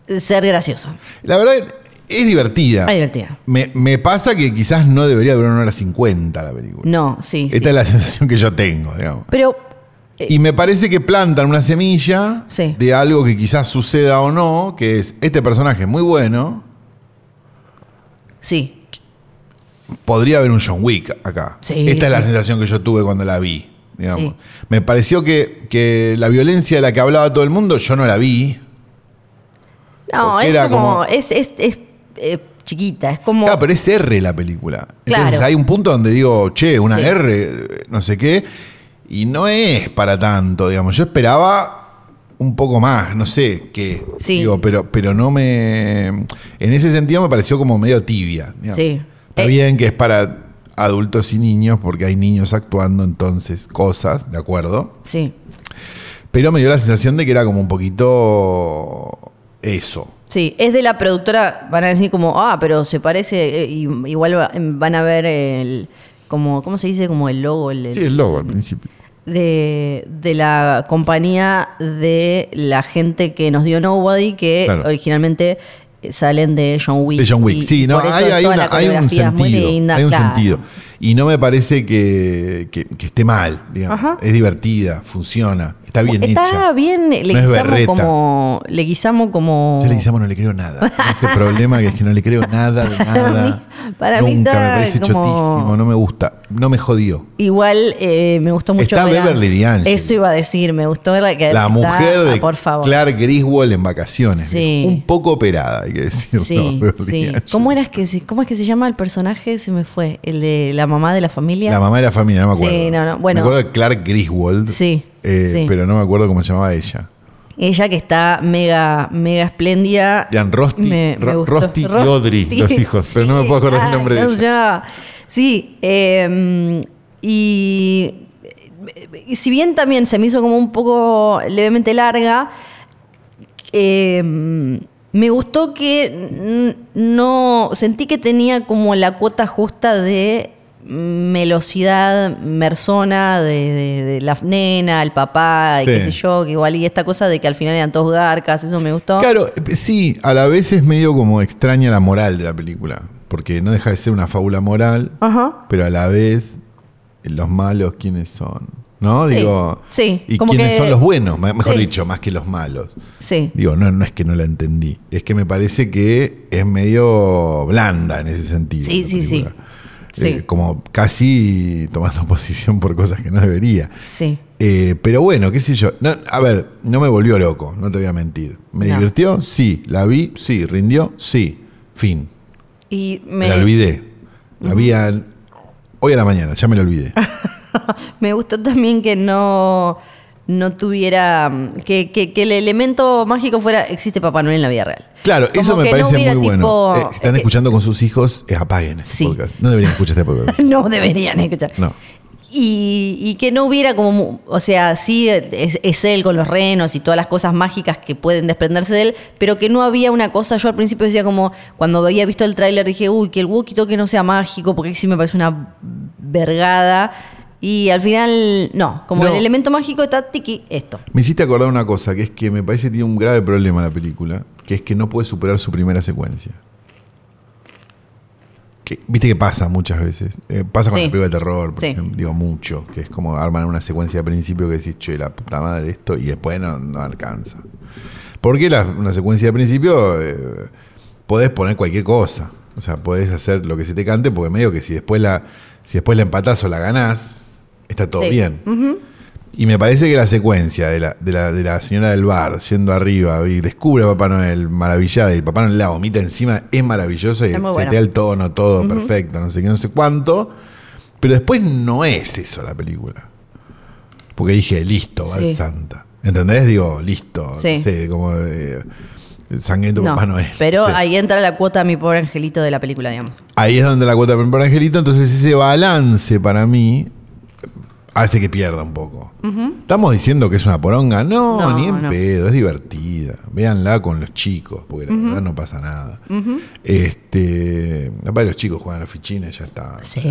S3: ser gracioso.
S2: La verdad es divertida.
S3: Ah, divertida.
S2: Me, me pasa que quizás no debería durar una hora cincuenta la película.
S3: No, Mm, sí. sí.
S2: Esta es la sensación que yo tengo, digamos.
S3: Pero eh,
S2: Y me parece que plantan una semilla
S3: Sí.
S2: de algo que quizás suceda o no, que es este personaje es muy bueno,
S3: sí,
S2: podría haber un John Wick acá.
S3: Sí.
S2: Esta es la sensación que yo tuve cuando la vi. Digamos. Me pareció que, que la violencia de la que hablaba todo el mundo, yo no la vi.
S3: no,
S2: Porque
S3: es
S2: era
S3: como,
S2: como-
S3: es, es, es, eh, chiquita, es como...
S2: Claro, pero es R la película. Entonces
S3: Claro.
S2: hay un punto donde digo, che, una
S3: Sí.
S2: R, eh, no sé qué. Y no es para tanto, digamos. Yo esperaba un poco más, no sé qué.
S3: Sí.
S2: Digo, pero, pero no me. En ese sentido me pareció como medio tibia. digamos.
S3: Sí.
S2: Está
S3: Eh.
S2: bien que es para adultos y niños, porque hay niños actuando entonces cosas, ¿de acuerdo?
S3: Sí,
S2: Pero me dio la sensación de que era como un poquito eso.
S3: Sí, es de la productora, van a decir como, ah, pero se parece, eh, y- igual va- em, van a ver el, como, ¿cómo se dice? Como el logo, el- el-
S2: Sí, el logo al principio.
S3: de, de la compañía de la gente que nos dio Nobody, que
S2: Claro.
S3: originalmente eh, salen de John Wick.
S2: De John Wick,
S3: Y-
S2: sí,
S3: y
S2: no,
S3: por eso
S2: hay, hay
S3: toda
S2: una-
S3: la
S2: hay un
S3: coreografía es
S2: sentido.
S3: muy linda,
S2: hay un
S3: claro.
S2: sentido. Y no me parece que, que- que esté mal, digamos.
S3: Ajá.
S2: Es divertida, funciona, está bien
S3: Está
S2: hecha.
S3: bien, le
S2: No es
S3: guisamos
S2: berreta.
S3: como, le guisamos como...
S2: Yo le decíamos, no le creo nada. Tengo Ese problema que es que no le creo nada de nada.
S3: mí- para mí
S2: Nunca,
S3: está
S2: me parece
S3: como-
S2: chotísimo, no me gusta. no me jodió.
S3: Igual eh, me gustó mucho.
S2: Está
S3: verla.
S2: Beverly D'Angelo.
S3: Eso iba a decir, me gustó verla. Que
S2: La
S3: está-
S2: mujer de
S3: ah, por favor.
S2: Clark Griswold en vacaciones.
S3: Sí.
S2: Un poco operada, hay que decirlo.
S3: Sí,
S2: Beverly
S3: sí.
S2: D'Angelo.
S3: ¿Cómo, eras que, se- ¿Cómo es que se llama el personaje? Se me fue. ¿El de la mamá de la familia?
S2: La mamá de la familia, no me
S3: Sí,
S2: acuerdo.
S3: no, no, bueno.
S2: Me acuerdo de Clark Griswold.
S3: Sí,
S2: eh,
S3: sí.
S2: Pero no me acuerdo cómo se llamaba ella.
S3: Ella que está mega, mega espléndida.
S2: Eran Rosti,
S3: Me- me
S2: Ro-
S3: gustó.
S2: Rosti y Audrey,
S3: Rosti,
S2: los hijos, pero no me puedo acordar el
S3: ay,
S2: nombre de
S3: no
S2: ella.
S3: se llamaba. Sí, eh, y, y si bien también se me hizo como un poco levemente larga, eh, me gustó que n- no sentí que tenía como la cuota justa de melosidad, persona, de, de- de la nena, el papá, y
S2: Sí.
S3: qué sé yo, que igual, y esta cosa de que al final eran todos garcas, eso me gustó.
S2: Claro, eh, sí, a la vez es medio como extraña la moral de la película. Porque no deja de ser una fábula moral,
S3: Ajá.
S2: pero a la vez, eh, los malos, ¿quiénes son? ¿No?
S3: Sí,
S2: Digo.
S3: sí,
S2: ¿Y
S3: como
S2: quiénes
S3: que-
S2: son los buenos? Me- Mejor
S3: sí.
S2: dicho, más que los malos.
S3: Sí.
S2: Digo, no, no es que no la entendí. Es que me parece que es medio blanda en ese sentido.
S3: Sí,
S2: la
S3: sí, sí.
S2: película.
S3: Sí.
S2: Eh, como casi tomando posición por cosas que no debería.
S3: Sí.
S2: Eh, pero bueno, qué sé yo. No, a ver, no me volvió loco, no te voy a mentir. ¿Me
S3: No.
S2: divirtió? Sí. ¿La vi? Sí. ¿Rindió? Sí. Fin.
S3: Y
S2: Me
S3: me,
S2: la olvidé. La vi al- hoy a la mañana, ya me la olvidé.
S3: me gustó también que no, no tuviera. Que, que- que el elemento mágico fuera. Existe Papá Noel en la vida real.
S2: Claro,
S3: Como
S2: eso me
S3: que no
S2: parece muy
S3: hubiera
S2: bueno.
S3: tipo-
S2: Eh, si están escuchando con sus hijos, eh, apaguen este
S3: Sí.
S2: podcast. No deberían escuchar este podcast.
S3: no deberían escuchar.
S2: No.
S3: Y, y que no hubiera como, mu- o sea, sí es, es él con los renos y todas las cosas mágicas que pueden desprenderse de él, pero que no había una cosa, yo al principio decía como, cuando había visto el tráiler dije, uy, que el walkie-talkie no sea mágico, porque sí me parece una vergada. Y al final, no, como
S2: No.
S3: el elemento mágico está tiki, esto.
S2: Me hiciste acordar una cosa, que es que me parece que tiene un grave problema la película, que es que no puede superar su primera secuencia. Que, Viste que pasa muchas veces. Eh, pasa con
S3: Sí.
S2: la película de terror, por
S3: Sí.
S2: ejemplo, digo mucho, que es como arman una secuencia al principio que decís, che, la puta madre esto, y después no, no alcanza. Porque la, una secuencia de principio eh, podés poner cualquier cosa. O sea, podés hacer lo que se te cante, porque medio que si después la, si después la empatás o la ganás, está todo
S3: Sí.
S2: bien.
S3: Ujú.
S2: Y me parece que la secuencia de la, de la, de la señora del bar yendo arriba y descubre a Papá Noel maravillada y Papá Noel la vomita encima es maravilloso y
S3: Es muy
S2: se
S3: bueno.
S2: te da el tono, todo perfecto, no sé qué, no sé cuánto. Pero después no es eso la película. Porque dije, listo, va
S3: Sí.
S2: el Santa. ¿Entendés? Digo, listo. no
S3: Sí.
S2: sé, como eh, sangriento
S3: No,
S2: Papá Noel.
S3: pero
S2: Sí.
S3: ahí entra la cuota mi pobre angelito de la película, digamos.
S2: Ahí es donde la cuota por Angelito, entonces ese balance para mí hace que pierda un poco. ¿Estamos diciendo que es una poronga? No,
S3: No,
S2: ni en
S3: no.
S2: pedo, es divertida. Véanla con los chicos, porque la verdad no pasa nada. Este, capaz los chicos juegan a los fichines, ya está.
S3: Sí.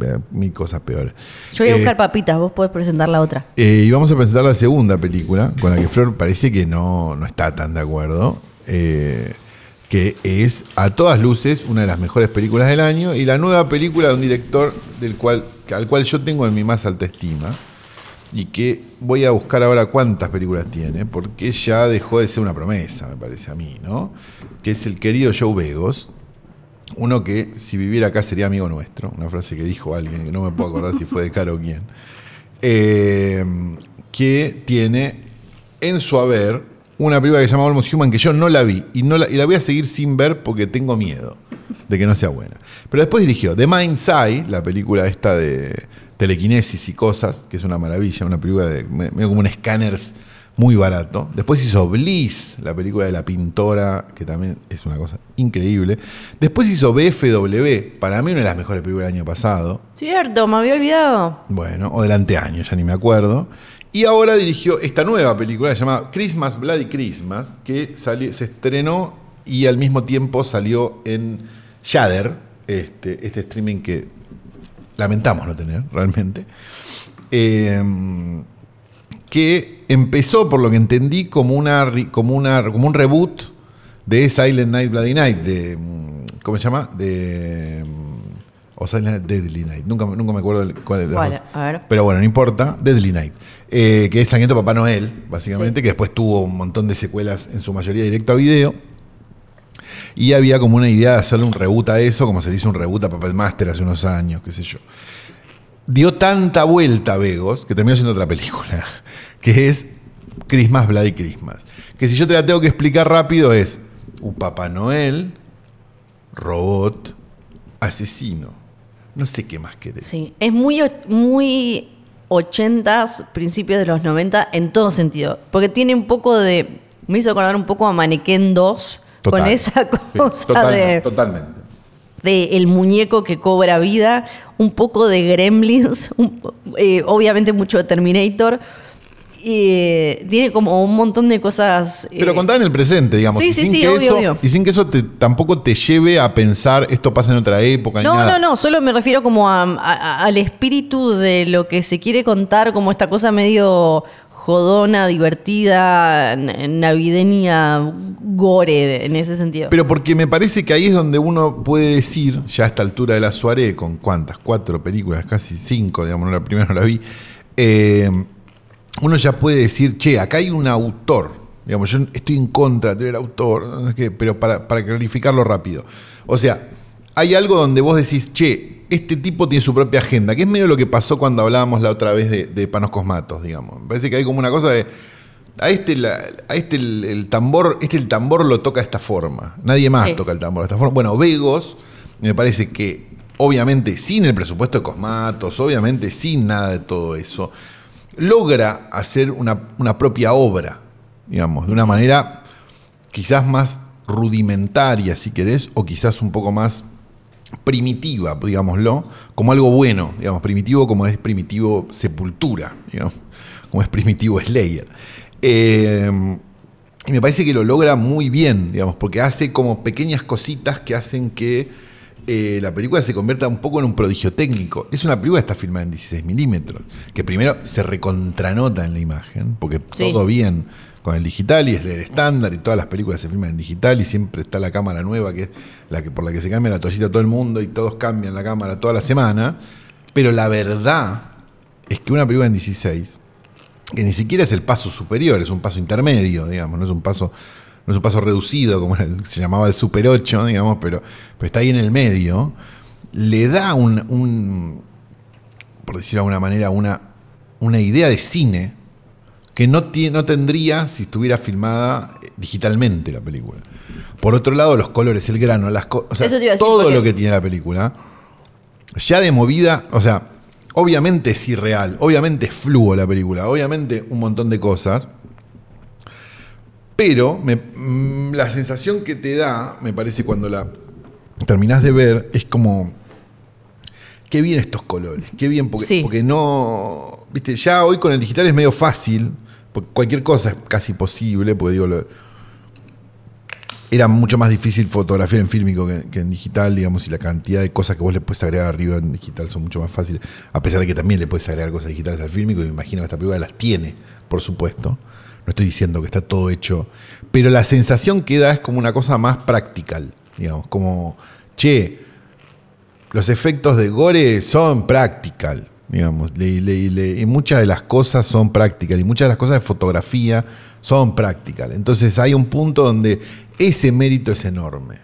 S2: Eh, Mil cosas peores.
S3: Yo voy a
S2: Eh,
S3: buscar papitas, vos podés presentar la otra.
S2: eh, y vamos a presentar la segunda película, con la que Flor parece que no, no está tan de acuerdo, eh, que es a todas luces una de las mejores películas del año y la nueva película de un director del cual, al cual yo tengo en mi más alta estima y que voy a buscar ahora cuántas películas tiene, porque ya dejó de ser una promesa, me parece a mí, ¿no? Que es el querido Joe Begos, uno que si viviera acá sería amigo nuestro, una frase que dijo alguien, que no me puedo acordar si fue de cara o quién, eh, que tiene en su haber una película que se llama Almost Human que yo no la vi y, no la, y la voy a seguir sin ver porque tengo miedo de que no sea buena. Pero después dirigió The Mind's Eye, la película esta de telequinesis y cosas, que es una maravilla, una película de me- medio como un escáneres muy barato. Después hizo Bliss, la película de la pintora, que también es una cosa increíble. Después hizo BFW, para mí una de las mejores películas del año pasado.
S3: Cierto, me había olvidado.
S2: Bueno, o del anteaño, ya ni me acuerdo. Y ahora dirigió esta nueva película llamada Christmas, Bloody Christmas, que sali- se estrenó y al mismo tiempo salió en Shudder, este, este streaming que lamentamos no tener realmente. Eh, que empezó, por lo que entendí, como, una, ri- como, una, como un reboot de Silent Night, Bloody Night, de... mm, ¿Cómo se llama? De... mm, O Silent Night, Deadly Night. Nunca, nunca me acuerdo el- cuál es. de las
S3: ¿Cuál?
S2: dos.
S3: A ver.
S2: Pero bueno, no importa. Deadly Night. eh, que es Sangriento Papá Noel, básicamente, que después tuvo un montón de secuelas, en su mayoría directo a video. Y había como una idea de hacerle un reboot a eso, como se le hizo un reboot a Puppet Master hace unos años, qué sé yo. dio tanta vuelta a Vegos que terminó siendo otra película, que es Christmas, Bloody Christmas. Que si yo te la tengo que explicar rápido es un Papá Noel, robot, asesino. No sé qué más querés.
S3: Sí, es muy, och- muy 80s, principios de los 90, en todo sentido. Porque tiene un poco de. Me hizo acordar un poco a Manequén 2
S2: Total.
S3: con esa
S2: Sí,
S3: cosa
S2: total-
S3: de,
S2: Totalmente.
S3: de el muñeco que cobra vida, un poco de Gremlins, un po- eh, obviamente mucho de Terminator. Eh, tiene como un montón de cosas. eh,
S2: Pero contada en el presente, digamos.
S3: sí,
S2: y
S3: sí,
S2: sin
S3: sí,
S2: que
S3: obvio,
S2: eso,
S3: obvio.
S2: Y sin que eso te- tampoco te lleve a pensar esto pasa en otra época. ni
S3: No,
S2: nada.
S3: no, no, solo me refiero como a- a- al espíritu de lo que se quiere contar, como esta cosa medio jodona, divertida, n- navideña, gore de- en ese sentido.
S2: Pero porque me parece que ahí es donde uno puede decir, ya a esta altura de la Suárez, con cuántas, cuatro películas, casi cinco, digamos, no la primera no la vi, eh, uno ya puede decir, che, acá hay un autor. Digamos, yo estoy en contra de tener autor, no sé qué, pero para, para clarificarlo rápido. O sea, hay algo donde vos decís, che, este tipo tiene su propia agenda, que es medio lo que pasó cuando hablábamos la otra vez de, de Panos Cosmatos, digamos. Me parece que hay como una cosa de, a este, la- a este el, el tambor, este el tambor lo toca de esta forma. Nadie más
S3: Sí.
S2: toca el tambor de esta forma. Bueno, Vegos, me parece que, obviamente, sin el presupuesto de Cosmatos, obviamente, sin nada de todo eso, logra hacer una, una propia obra, digamos, de una manera quizás más rudimentaria, si querés, o quizás un poco más primitiva, digámoslo, como algo bueno, digamos, primitivo como es primitivo Sepultura, digamos, como es primitivo Slayer. Eh, y me parece que lo logra muy bien, digamos, porque hace como pequeñas cositas que hacen que eh, la película se convierta un poco en un prodigio técnico. Es una película que está filmada en 16 milímetros, que primero se recontranota en la imagen, porque
S3: Sí.
S2: todo bien con el digital y es el estándar y todas las películas se filman en digital y siempre está la cámara nueva, que es la que, por la que se cambia la toallita a todo el mundo y todos cambian la cámara toda la semana. Pero la verdad es que una película en 16 que ni siquiera es el paso superior, es un paso intermedio, digamos, no es un paso, no es un paso reducido, como era el- se llamaba el Super 8, digamos, pero, pero está ahí en el medio, le da un, un, por decirlo de alguna manera, una, una idea de cine que no, tie- no tendría si estuviera filmada eh, digitalmente la película. Por otro lado, los colores, el grano, las co- o sea,
S3: Eso te iba a decir,
S2: todo
S3: porque-
S2: lo que tiene la película, ya de movida, o sea, obviamente es irreal, obviamente es fluo la película, obviamente un montón de cosas, pero me- mm, la sensación que te da, me parece, cuando la terminás de ver, es como. Qué bien estos colores, qué bien, porque,
S3: Sí.
S2: porque no. Viste, ya hoy con el digital es medio fácil, porque cualquier cosa es casi posible, porque digo, lo- era mucho más difícil fotografiar en fílmico que, que en digital, digamos, y la cantidad de cosas que vos le puedes agregar arriba en digital son mucho más fáciles, a pesar de que también le puedes agregar cosas digitales al fílmico, y me imagino que esta película las tiene, por supuesto. No estoy diciendo que está todo hecho, pero la sensación que da es como una cosa más practical, digamos, como, che, los efectos de gore son practical, digamos, le- le- le- y muchas de las cosas son practical, y muchas de las cosas de fotografía son practical. Entonces hay un punto donde ese mérito es enorme.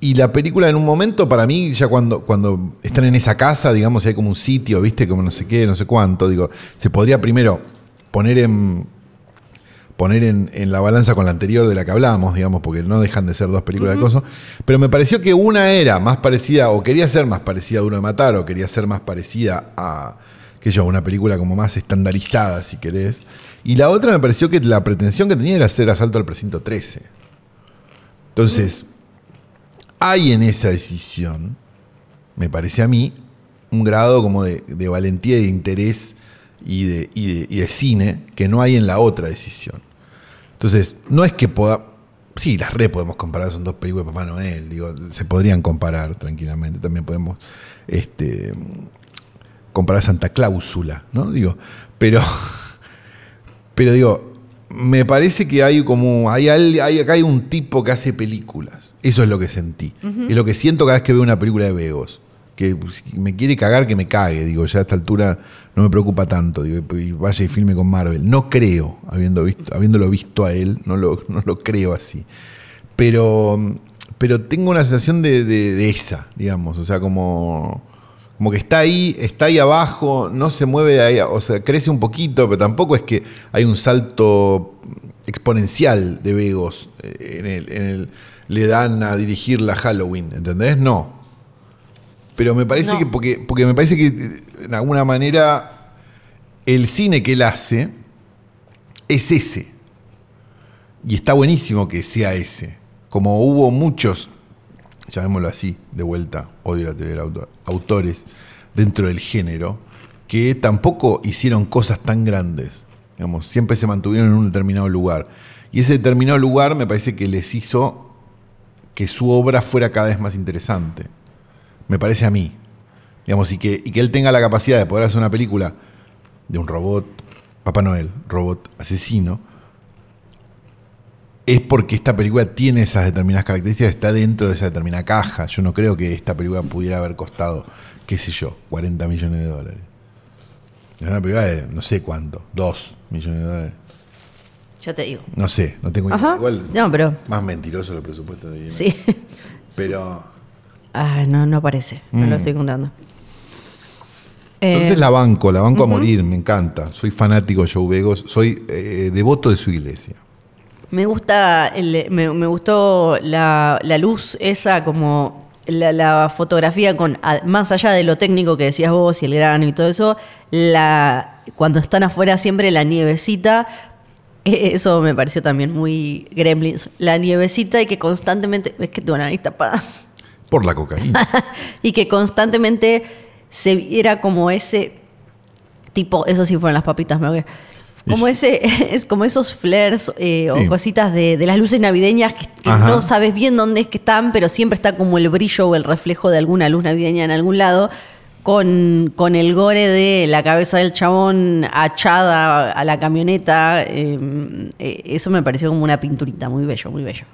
S2: Y la película en un momento, para mí, ya cuando, cuando están en esa casa, digamos, y hay como un sitio, viste, como no sé qué, no sé cuánto, digo, se podría primero poner en poner en, en la balanza con la anterior de la que hablábamos, digamos, porque no dejan de ser dos películas de coso. Pero me pareció que una era más parecida, o quería ser más parecida a Duro de Matar, o quería ser más parecida a, qué sé yo, una película como más estandarizada, si querés. Y la otra me pareció que la pretensión que tenía era hacer Asalto al Precinto 13. Entonces, hay en esa decisión, me parece a mí, un grado como de, de valentía y de interés y de, y de- y de cine que no hay en la otra decisión. Entonces, no es que poda. Sí, las re podemos comparar, son dos películas de Papá Noel, digo, se podrían comparar tranquilamente. También podemos este, comparar Santa Cláusula, ¿no? Digo, pero. Pero digo, me parece que hay como. Hay, al- hay- acá hay un tipo que hace películas. Eso es lo que sentí. Es lo que siento cada vez que veo una película de Vegos. Que si me quiere cagar, que me cague. Digo, ya a esta altura no me preocupa tanto. Digo, y vaya y filme con Marvel. No creo, habiendo visto, habiéndolo visto a él, no lo, no lo creo así. Pero, pero tengo una sensación de, de- de esa, digamos. O sea, como. Como que está ahí, está ahí abajo, no se mueve de ahí, o sea, crece un poquito, pero tampoco es que hay un salto exponencial de Vegos eh, en el, en el- le dan a dirigir la Halloween, ¿entendés? No. Pero me parece
S3: No.
S2: que, porque, porque me parece que eh, en alguna manera el cine que él hace es ese. Y está buenísimo que sea ese. Como hubo muchos, llamémoslo así, de vuelta, odio la teoría del autor, autores dentro del género, que tampoco hicieron cosas tan grandes. Digamos, siempre se mantuvieron en un determinado lugar. Y ese determinado lugar me parece que les hizo que su obra fuera cada vez más interesante. Me parece a mí. Digamos, y que, y que él tenga la capacidad de poder hacer una película de un robot, Papá Noel, robot asesino, es porque esta película tiene esas determinadas características, está dentro de esa determinada caja. Yo no creo que esta película pudiera haber costado, qué sé yo, 40 millones de dólares. Es una película de no sé cuánto, 2 millones de dólares.
S3: Yo te digo.
S2: No sé, no tengo idea.
S3: Ajá.
S2: Igual,
S3: No, pero.
S2: más mentiroso el presupuesto de Guillermo.
S3: Sí.
S2: Pero.
S3: Ah, no, no parece. No
S2: Mm.
S3: lo estoy contando. Eh,
S2: Entonces la banco, la banco a morir, me encanta. Soy fanático de Joe Begos, soy eh, devoto de su iglesia.
S3: Me gusta, el- me, me gustó la, la luz esa, como la, la fotografía con, a- más allá de lo técnico que decías vos y el grano y todo eso, la, cuando están afuera siempre la nievecita, eh, eso me pareció también muy gremlins, la nievecita y que constantemente, es que tengo una nariz tapada,
S2: Por la cocaína.
S3: y que constantemente se viera como ese tipo, eso sí fueron las papitas, me ahogué. Como,
S2: Y-
S3: ese, es como esos flares eh,
S2: Sí.
S3: o cositas de, de las luces navideñas que, que
S2: Ajá.
S3: no sabes bien dónde es que están, pero siempre está como el brillo o el reflejo de alguna luz navideña en algún lado, con, con el gore de la cabeza del chabón achada a la camioneta. eh, eh, eso me pareció como una pinturita, muy bello, muy bello.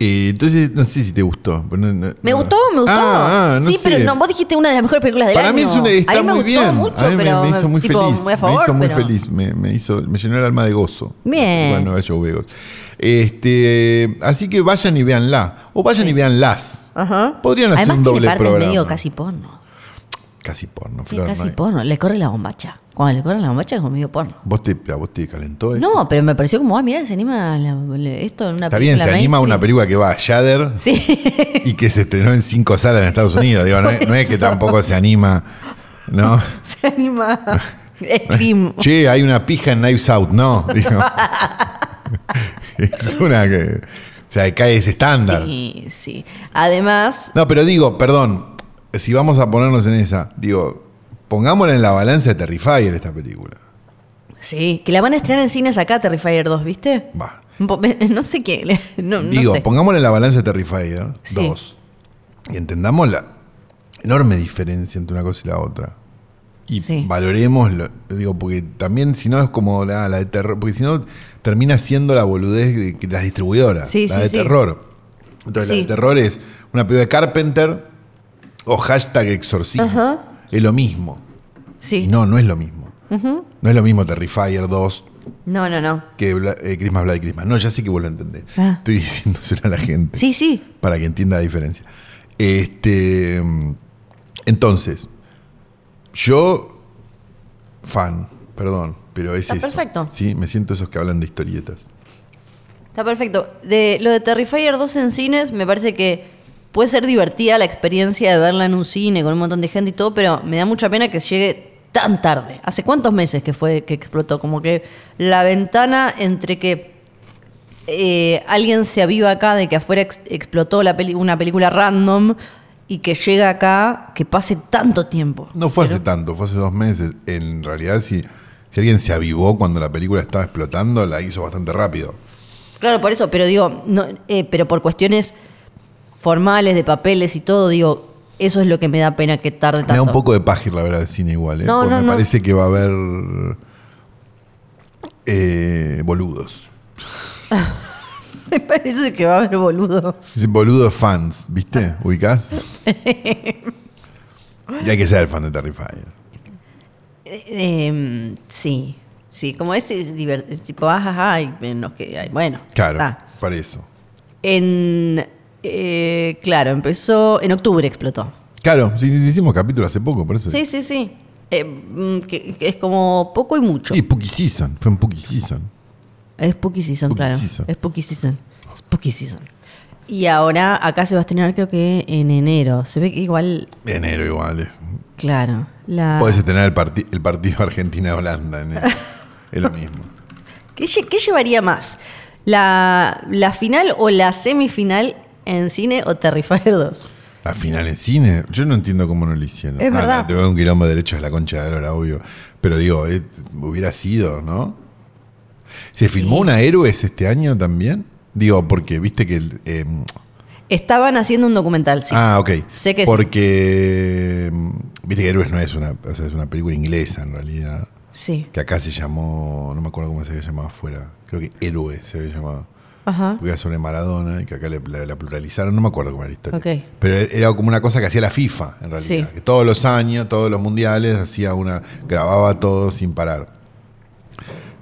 S2: Eh, entonces, no sé si te gustó. pero no- no-
S3: Me
S2: no.
S3: gustó, me gustó.
S2: Ah, ah, no
S3: sí,
S2: sé.
S3: pero no, vos dijiste una de las mejores películas del
S2: Para
S3: año.
S2: mí es una, está
S3: a mí me
S2: muy
S3: gustó
S2: bien.
S3: mucho,
S2: a mí me-
S3: pero
S2: me, hizo muy
S3: tipo,
S2: feliz.
S3: muy a favor,
S2: me hizo muy
S3: pero-
S2: feliz. Me, me hizo, me llenó el alma de gozo.
S3: Bien.
S2: Bueno, de Joe Begos. Este, así que vayan y véanla. O vayan y véanlas.
S3: Ajá.
S2: Podrían hacer
S3: Además
S2: un doble
S3: tiene partes
S2: programa.
S3: medio casi porno.
S2: Casi porno,
S3: Sí,
S2: Flor,
S3: casi
S2: no hay-
S3: porno. Le corre la bombacha. Cuando le corre la bombacha es como medio porno.
S2: ¿Vos te, ¿A vos te calentó esto?
S3: No, pero me pareció como, ah, mirá, se anima la- le- esto en una
S2: Está bien,
S3: película.
S2: se anima a una
S3: mainstream.
S2: película que va a Shudder
S3: Sí.
S2: y que se estrenó en cinco salas en Estados Unidos. Digo, no, es- no es que tampoco se anima, ¿no?
S3: se anima. Scream.
S2: Che, hay una pija en Knives Out, no. Digo, es una que. O sea, cae ese estándar.
S3: Sí, sí. Además,
S2: No, pero digo, perdón, si vamos a ponernos en esa, digo, pongámosla en la balanza de Terrifier esta película.
S3: sí, que la van a estrenar en cines acá, Terrifier 2, ¿viste?
S2: Va.
S3: Un po- No sé qué. le- No, no
S2: Digo,
S3: sé.
S2: pongámosle la balanza de Terrifier
S3: Sí.
S2: 2 y entendamos la enorme diferencia entre una cosa y la otra. Y
S3: Sí.
S2: valoremos, lo- digo, porque también si no es como la, la de terror, porque si no termina siendo la boludez de que las distribuidoras,
S3: Sí,
S2: la
S3: sí,
S2: de
S3: sí.
S2: terror. Entonces la
S3: Sí.
S2: de terror es una película de Carpenter o hashtag exorcismo.
S3: Ajá.
S2: Es lo mismo. Y
S3: Sí.
S2: no, no es lo mismo. No es lo mismo Terrifier 2
S3: No, no, no.
S2: que Bla- eh, Christmas Black Christmas. No, ya sé que vos lo entendés.
S3: Ah.
S2: Estoy diciéndoselo a la gente
S3: Sí, sí.
S2: para que entienda la diferencia. Este, mm, entonces, yo, fan, perdón, pero es
S3: Está
S2: eso.
S3: perfecto.
S2: Sí, me siento esos que hablan de historietas.
S3: Está perfecto. De lo de Terrifier 2 en cines, me parece que puede ser divertida la experiencia de verla en un cine con un montón de gente y todo, pero me da mucha pena que llegue tan tarde. ¿Hace cuántos meses que fue que explotó? Como que la ventana entre que eh, alguien se aviva acá de que afuera ex- explotó la peli- una película random y que llega acá, que pase tanto tiempo.
S2: No fue hace tanto, fue hace dos meses. En realidad, si, si alguien se avivó cuando la película estaba explotando, la hizo bastante rápido.
S3: Claro, por eso, pero digo, no, eh, pero por cuestiones formales, de papeles y todo, digo, eso es lo que me da pena que tarde tanto.
S2: Me da un poco de página la verdad del cine igual, ¿eh?
S3: No,
S2: Porque
S3: no,
S2: me
S3: no.
S2: parece que va a haber eh, boludos.
S3: Me parece que va a haber boludos.
S2: Sí, Boludo fans, ¿viste? ¿Ubicás? y hay que ser fan de Terrifier.
S3: Eh, eh, sí, sí, como ese es diver- es tipo, ajá, y menos que hay. Bueno,
S2: Claro,
S3: está.
S2: para eso.
S3: En, eh, claro, empezó, en octubre explotó.
S2: Claro, sí, hicimos capítulo hace poco, por eso.
S3: Sí, sí, sí. Eh, mm, que- que es como poco y mucho.
S2: Sí, Puki Season, fue en Puki Season.
S3: Es Spooky Season,
S2: Spooky
S3: claro.
S2: Season.
S3: Spooky Season. Spooky Season. Y ahora acá se va a estrenar creo que en enero. Se ve que igual,
S2: Enero igual. es-
S3: claro. La...
S2: Podés estrenar el, parti- el partido Argentina-Holanda en enero. es lo mismo.
S3: ¿Qué, lle- qué llevaría más? ¿La, la final o la semifinal en cine o Terrifier 2?
S2: La final en cine, yo no entiendo cómo no lo hicieron.
S3: Es
S2: Ah,
S3: verdad.
S2: no, te veo un quilombo de derechos de la concha de la hora, obvio. Pero digo, eh, hubiera sido, ¿no? ¿Se filmó una Héroes este año también? Digo, porque viste que... el, eh,
S3: Estaban haciendo un documental, sí.
S2: Ah, ok.
S3: Sé que sí.
S2: porque... mm, Viste que Héroes no es una, o sea, es una película inglesa en realidad.
S3: Sí.
S2: Que acá se llamó, no me acuerdo cómo se había llamado afuera. Creo que Héroes se había llamado.
S3: Ajá.
S2: Porque era sobre Maradona y que acá le- la, la pluralizaron, no me acuerdo cómo era la historia.
S3: Ok.
S2: Pero era como una cosa que hacía la FIFA, en realidad.
S3: Sí.
S2: Que todos los años, todos los mundiales, hacía una. grababa todo sin parar.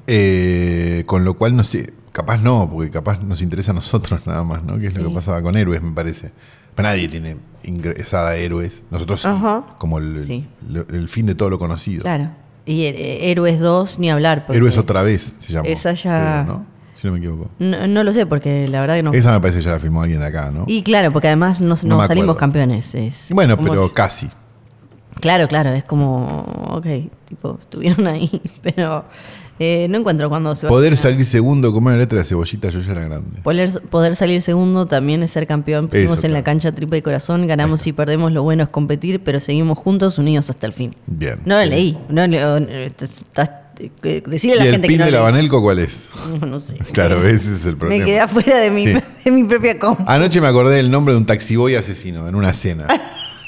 S2: Eh, con lo cual, no sé, capaz no, porque capaz nos interesa a nosotros nada más, ¿no? Que es lo que pasaba con héroes, me parece. Pero nadie tiene ingresada a héroes. Nosotros sí,
S3: Ajá.
S2: como el,
S3: Sí.
S2: lo- el fin de todo lo conocido.
S3: Claro. Y eh, Héroes 2, ni hablar. porque-
S2: héroes otra vez se llama.
S3: esa ya-
S2: ¿no? Si no me equivoco.
S3: No, no lo sé, porque la verdad que no.
S2: Esa me parece que ya la filmó alguien de acá, ¿no?
S3: Y claro, porque además no,
S2: No
S3: no
S2: me
S3: salimos
S2: acuerdo.
S3: campeones. es
S2: Bueno,
S3: como-
S2: pero casi.
S3: Claro, claro, es como, ok, tipo, estuvieron ahí, pero eh, no encuentro cuándo se va a
S2: Poder salir segundo, comer la letra de cebollita, yo ya era grande.
S3: Poder, poder salir segundo también es ser campeón.
S2: Eso,
S3: Fuimos en la
S2: claro.
S3: cancha tripa y corazón, ganamos y perdemos, lo bueno es competir, pero seguimos juntos, unidos hasta el fin.
S2: Bien.
S3: No lo leí. No, no, no, estás- eh, decirle
S2: ¿Y
S3: a la
S2: el
S3: gente
S2: pin
S3: que no
S2: de la
S3: leí.
S2: Banelco cuál es?
S3: No, no sé.
S2: Claro, ese es el
S3: Me
S2: problema.
S3: quedé afuera de mi,
S2: Sí.
S3: de mi propia compa.
S2: Anoche me acordé del nombre de un taxiboy asesino en una cena.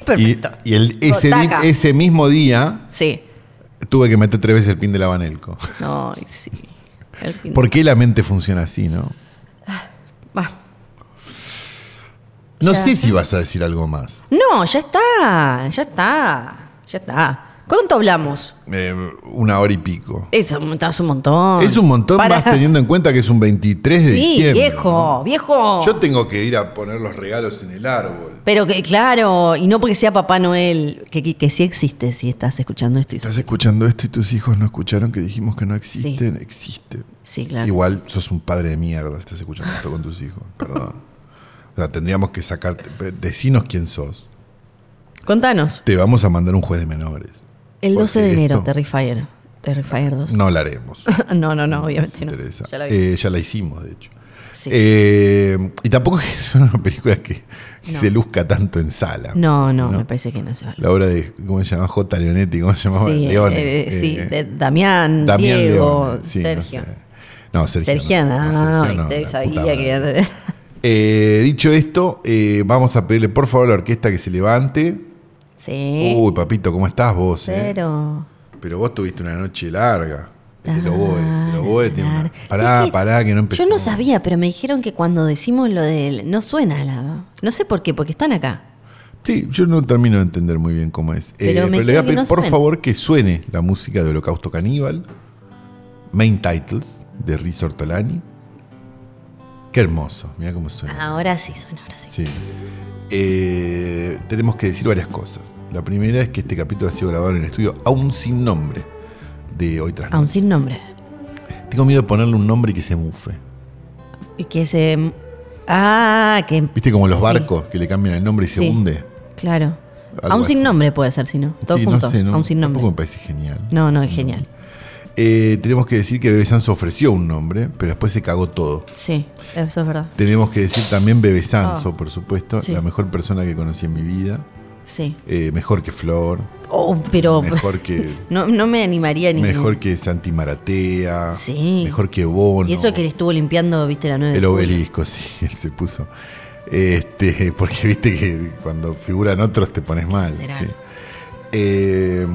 S2: Y,
S3: Perfecto.
S2: y el, ese, di-
S3: Taca.
S2: ese mismo día
S3: Sí.
S2: tuve que meter tres veces el pin de la Banelco.
S3: No, ay, sí. El fin.
S2: ¿Por qué la mente funciona así, no?
S3: Ah.
S2: No sé si vas a decir algo más.
S3: No, ya está, ya está, ya está. ¿Cuánto hablamos?
S2: Eh, una hora y pico.
S3: Eso es un montón.
S2: Es un montón
S3: Para-
S2: más teniendo en cuenta que es un 23 de
S3: Sí,
S2: diciembre.
S3: viejo, viejo.
S2: ¿no? Yo tengo que ir a poner los regalos en el árbol.
S3: Pero que, claro, y no porque sea Papá Noel, que, que, que sí existe si estás escuchando esto. y-
S2: Estás escuchando esto y tus hijos no escucharon que dijimos que no existen.
S3: existen.
S2: Existen.
S3: Sí, claro.
S2: Igual sos un padre de mierda, estás escuchando esto con tus hijos. Perdón. O sea, tendríamos que sacarte. Decinos quién sos.
S3: Contanos.
S2: Te vamos a mandar un juez de menores.
S3: El
S2: Porque
S3: 12 de enero,
S2: esto
S3: Terrifier. Terrifier 2.
S2: No la haremos.
S3: no, no, no,
S2: nos
S3: obviamente no.
S2: interesa. Eh,
S3: Ya la
S2: Ya,
S3: vi.
S2: la hicimos, de hecho.
S3: Sí.
S2: Eh, y tampoco es que sea una película que, que
S3: No.
S2: se luzca tanto en sala.
S3: no, no,
S2: no.
S3: me parece que no se vale.
S2: La obra de, ¿cómo se llama? J. Leonetti, ¿cómo se llamaba?
S3: Sí,
S2: Leone.
S3: eh,
S2: Eh,
S3: sí,
S2: eh.
S3: de Damián,
S2: Damián
S3: Diego,
S2: Leone, sí, no
S3: Sergio.
S2: sé. No, Sergio. no,
S3: Sergiana,
S2: no,
S3: ay,
S2: Sergio no,
S3: te
S2: la
S3: sabía
S2: puta madre.
S3: que...
S2: Eh, dicho esto, eh, vamos a pedirle por favor a la orquesta que se levante.
S3: sí.
S2: Uy, papito, ¿cómo estás vos? eh?
S3: Pero...
S2: Pero vos tuviste una noche larga. El oboe, el oboe tiene una...
S3: Claro.
S2: Pará,
S3: Es que
S2: pará, que no empezó.
S3: Yo no sabía, pero me dijeron que cuando decimos lo del... No suena la... No sé por qué, porque están acá.
S2: Sí, yo no termino de entender muy bien cómo es. Eh,
S3: Pero
S2: Pero, le
S3: me
S2: voy a
S3: dijeron que
S2: pedir
S3: no
S2: por
S3: suena.
S2: favor que suene la música de Holocausto Caníbal, Main Titles, de Riz Ortolani. Qué hermoso, mira cómo suena.
S3: Ahora sí suena, ahora sí.
S2: Sí. Eh, tenemos que decir varias cosas. La primera es que este capítulo ha sido grabado en el estudio Aún sin nombre de hoy tras
S3: Aún
S2: noche.
S3: sin nombre.
S2: Tengo miedo de ponerle un nombre y que se mufe.
S3: Y que se... Ah, que...
S2: ¿Viste como los
S3: Sí.
S2: barcos que le cambian el nombre y se
S3: Sí.
S2: hunde?
S3: Claro.
S2: Algo
S3: Aún sin
S2: así.
S3: nombre puede ser, si no. Todo
S2: Sí,
S3: junto.
S2: no sé, no,
S3: Aún sin nombre.
S2: Tampoco me parece genial.
S3: No, no, es genial.
S2: Eh, tenemos que decir que Bebe Sanso ofreció un nombre, pero después se cagó todo.
S3: Sí, eso es verdad.
S2: Tenemos que decir también Bebe Sanso,
S3: Ah.
S2: por supuesto,
S3: Sí.
S2: la mejor persona que conocí en mi vida.
S3: Sí.
S2: Eh, mejor que Flor,
S3: Oh, pero...
S2: mejor que
S3: No, no me animaría ni...
S2: Mejor que Santi Maratea.
S3: Sí.
S2: Mejor que Bono.
S3: Y eso que le estuvo limpiando, viste, la 9
S2: El obelisco, sí, él se puso. Este, porque viste que cuando figuran otros te pones mal.
S3: Será.
S2: sí. Eh,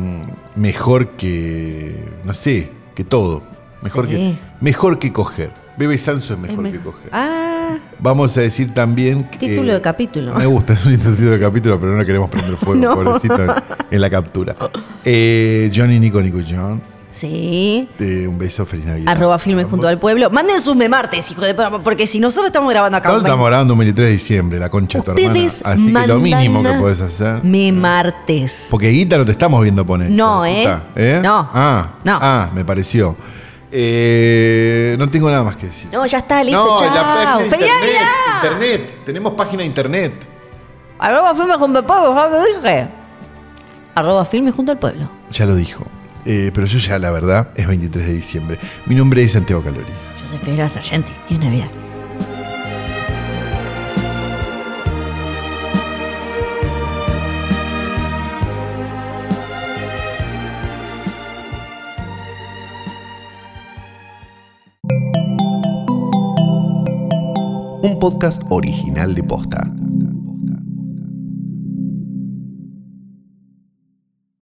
S2: mejor que. No sé, que todo. Mejor,
S3: Sí.
S2: que, mejor que coger. Bebe Sanso es mejor que coger.
S3: Ah,
S2: Vamos a decir también. que-
S3: Título de capítulo.
S2: Me gusta, es un título de capítulo, pero no le queremos prender fuego,
S3: No.
S2: pobrecito, en la captura. Eh, Johnny Nico Nico John.
S3: Sí.
S2: Eh, un beso, feliz Navidad.
S3: Arroba filme junto al pueblo. Manden sus memartes, hijo de programa, porque si nosotros estamos grabando acá.
S2: Nosotros estamos grabando un 23 de diciembre, la concha de tu hermana.
S3: Ustedes
S2: Así que lo
S3: mandan
S2: mínimo que podés hacer.
S3: Me martes.
S2: Porque Guita no te estamos viendo poner.
S3: No,
S2: hijo de puta,
S3: ¿eh? No.
S2: Ah,
S3: No.
S2: ah, me pareció. Eh, no tengo nada más que decir.
S3: No, ya está, listo,
S2: No,
S3: chao.
S2: la página de
S3: ¡Feliz
S2: internet,
S3: Navidad!
S2: internet. Tenemos página de internet.
S3: Arroba filme junto al pueblo, ya lo dije. Arroba filme junto al pueblo.
S2: Ya lo dijo. Eh, pero yo ya, la verdad, es 23 de diciembre. Mi nombre es Santiago Calori.
S3: Yo soy Federal Sargenti y es Navidad.
S1: Un podcast original de Posta.